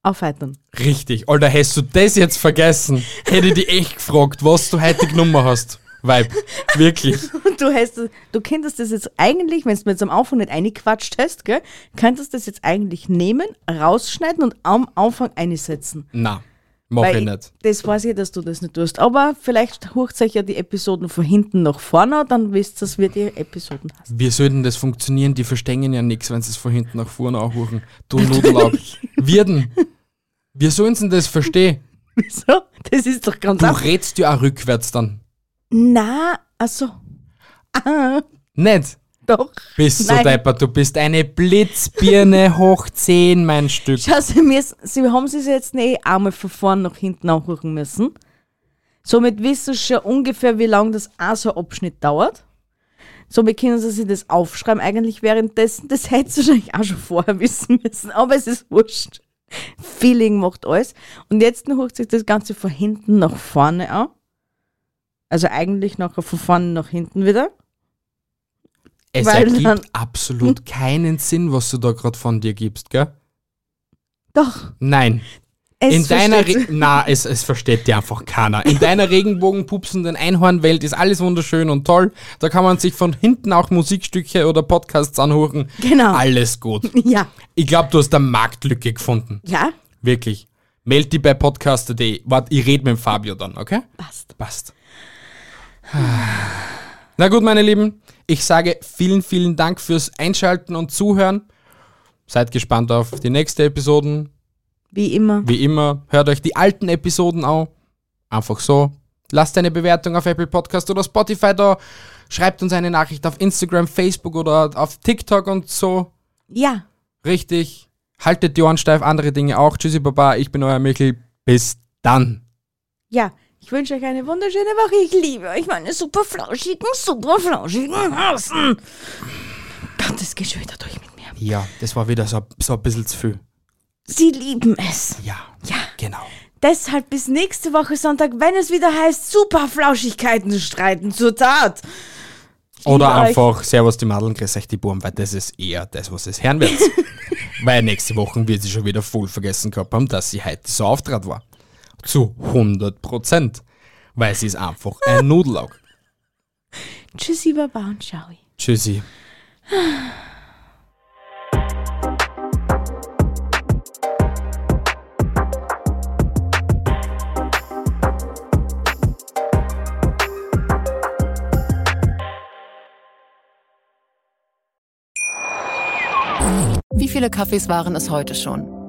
[SPEAKER 2] Aufheitern.
[SPEAKER 1] Richtig. Alter, hast du das jetzt vergessen? Hätte ich dich echt gefragt, was du heute genommen hast. Weib. Wirklich.
[SPEAKER 2] Und du hast, du könntest das jetzt eigentlich, wenn du mir jetzt am Anfang nicht eingequatscht hast, gell, könntest das jetzt eigentlich nehmen, rausschneiden und am Anfang einsetzen.
[SPEAKER 1] Na, mach ich nicht.
[SPEAKER 2] das weiß ich, dass du das nicht tust. Aber vielleicht hurcht euch ja die Episoden von hinten nach vorne, dann wisst ihr, wie die Episoden heißen.
[SPEAKER 1] Wie soll denn das funktionieren? Die verstehen ja nichts, wenn sie es von hinten nach vorne anhuchen. Du Nudelaug. Wirden. Wie sollen sie denn das verstehen?
[SPEAKER 2] Wieso? Das ist doch ganz
[SPEAKER 1] Du
[SPEAKER 2] einfach.
[SPEAKER 1] redst ja auch rückwärts dann.
[SPEAKER 2] Na, also
[SPEAKER 1] Nicht?
[SPEAKER 2] doch.
[SPEAKER 1] Bist so
[SPEAKER 2] Nein.
[SPEAKER 1] deppert, du bist eine Blitzbirne hoch 10, mein Stück.
[SPEAKER 2] Schau, sie, müssen, sie haben sich jetzt eh einmal von vorn nach hinten angucken müssen. Somit wissen sie schon ungefähr, wie lange das auch so ein Abschnitt dauert. Somit können sie sich das aufschreiben, eigentlich währenddessen. Das hätte sie wahrscheinlich auch schon vorher wissen müssen, aber es ist wurscht. Feeling macht alles. Und jetzt hocht sich das Ganze von hinten nach vorne an. Also eigentlich nachher von vorne nach hinten wieder.
[SPEAKER 1] Es
[SPEAKER 2] Weil dann-
[SPEAKER 1] ergibt absolut keinen Sinn, was du da gerade von dir gibst, gell?
[SPEAKER 2] Doch,
[SPEAKER 1] Nein.
[SPEAKER 2] es
[SPEAKER 1] In deiner Re
[SPEAKER 2] versteht-
[SPEAKER 1] Na, es, es versteht dir einfach keiner. In deiner regenbogenpupsenden Einhornwelt ist alles wunderschön und toll. Da kann man sich von hinten auch Musikstücke oder Podcasts anhören.
[SPEAKER 2] Genau.
[SPEAKER 1] Alles gut.
[SPEAKER 2] Ja,
[SPEAKER 1] Ich glaube, du hast eine Marktlücke gefunden.
[SPEAKER 2] ja,
[SPEAKER 1] Wirklich. Meld dich bei podcaster.de. Warte, ich rede mit dem Fabio dann, okay?
[SPEAKER 2] passt.
[SPEAKER 1] Passt. Na gut, meine Lieben, ich sage vielen, vielen Dank fürs Einschalten und Zuhören. Seid gespannt auf die nächste Episoden.
[SPEAKER 2] Wie immer.
[SPEAKER 1] Wie immer, hört euch die alten Episoden an. Einfach so. Lasst eine Bewertung auf Apple Podcast oder Spotify da. Schreibt uns eine Nachricht auf Instagram, Facebook oder auf TikTok und so.
[SPEAKER 2] Ja.
[SPEAKER 1] Richtig. Haltet die Ohren steif, andere Dinge auch. Tschüssi, Baba. Ich bin euer Michel. Bis dann.
[SPEAKER 2] Ja, ich wünsche euch eine wunderschöne Woche. Ich liebe euch.
[SPEAKER 3] Ich meine, super flauschigen, super flauschigen Hasen.
[SPEAKER 2] Gott, es geht schon wieder durch mit mir.
[SPEAKER 1] Ja, das war wieder so, so ein bisschen zu viel.
[SPEAKER 3] Sie lieben es.
[SPEAKER 1] Ja. Ja. Genau.
[SPEAKER 2] Deshalb bis nächste Woche Sonntag, wenn es wieder heißt, super Flauschigkeiten streiten zur Tat.
[SPEAKER 1] Oder
[SPEAKER 2] euch.
[SPEAKER 1] einfach Servus die Madeln, grüß euch die Buben, weil das ist eher das, was es hören wird. weil nächste Woche wird sie schon wieder voll vergessen gehabt haben, dass sie heute so auftrat war. Zu 100 Prozent. Weil sie ist einfach ein Nudelaug.
[SPEAKER 2] Tschüssi, Baba und Ciao.
[SPEAKER 1] Tschüssi.
[SPEAKER 4] Wie viele Kaffees waren es heute schon?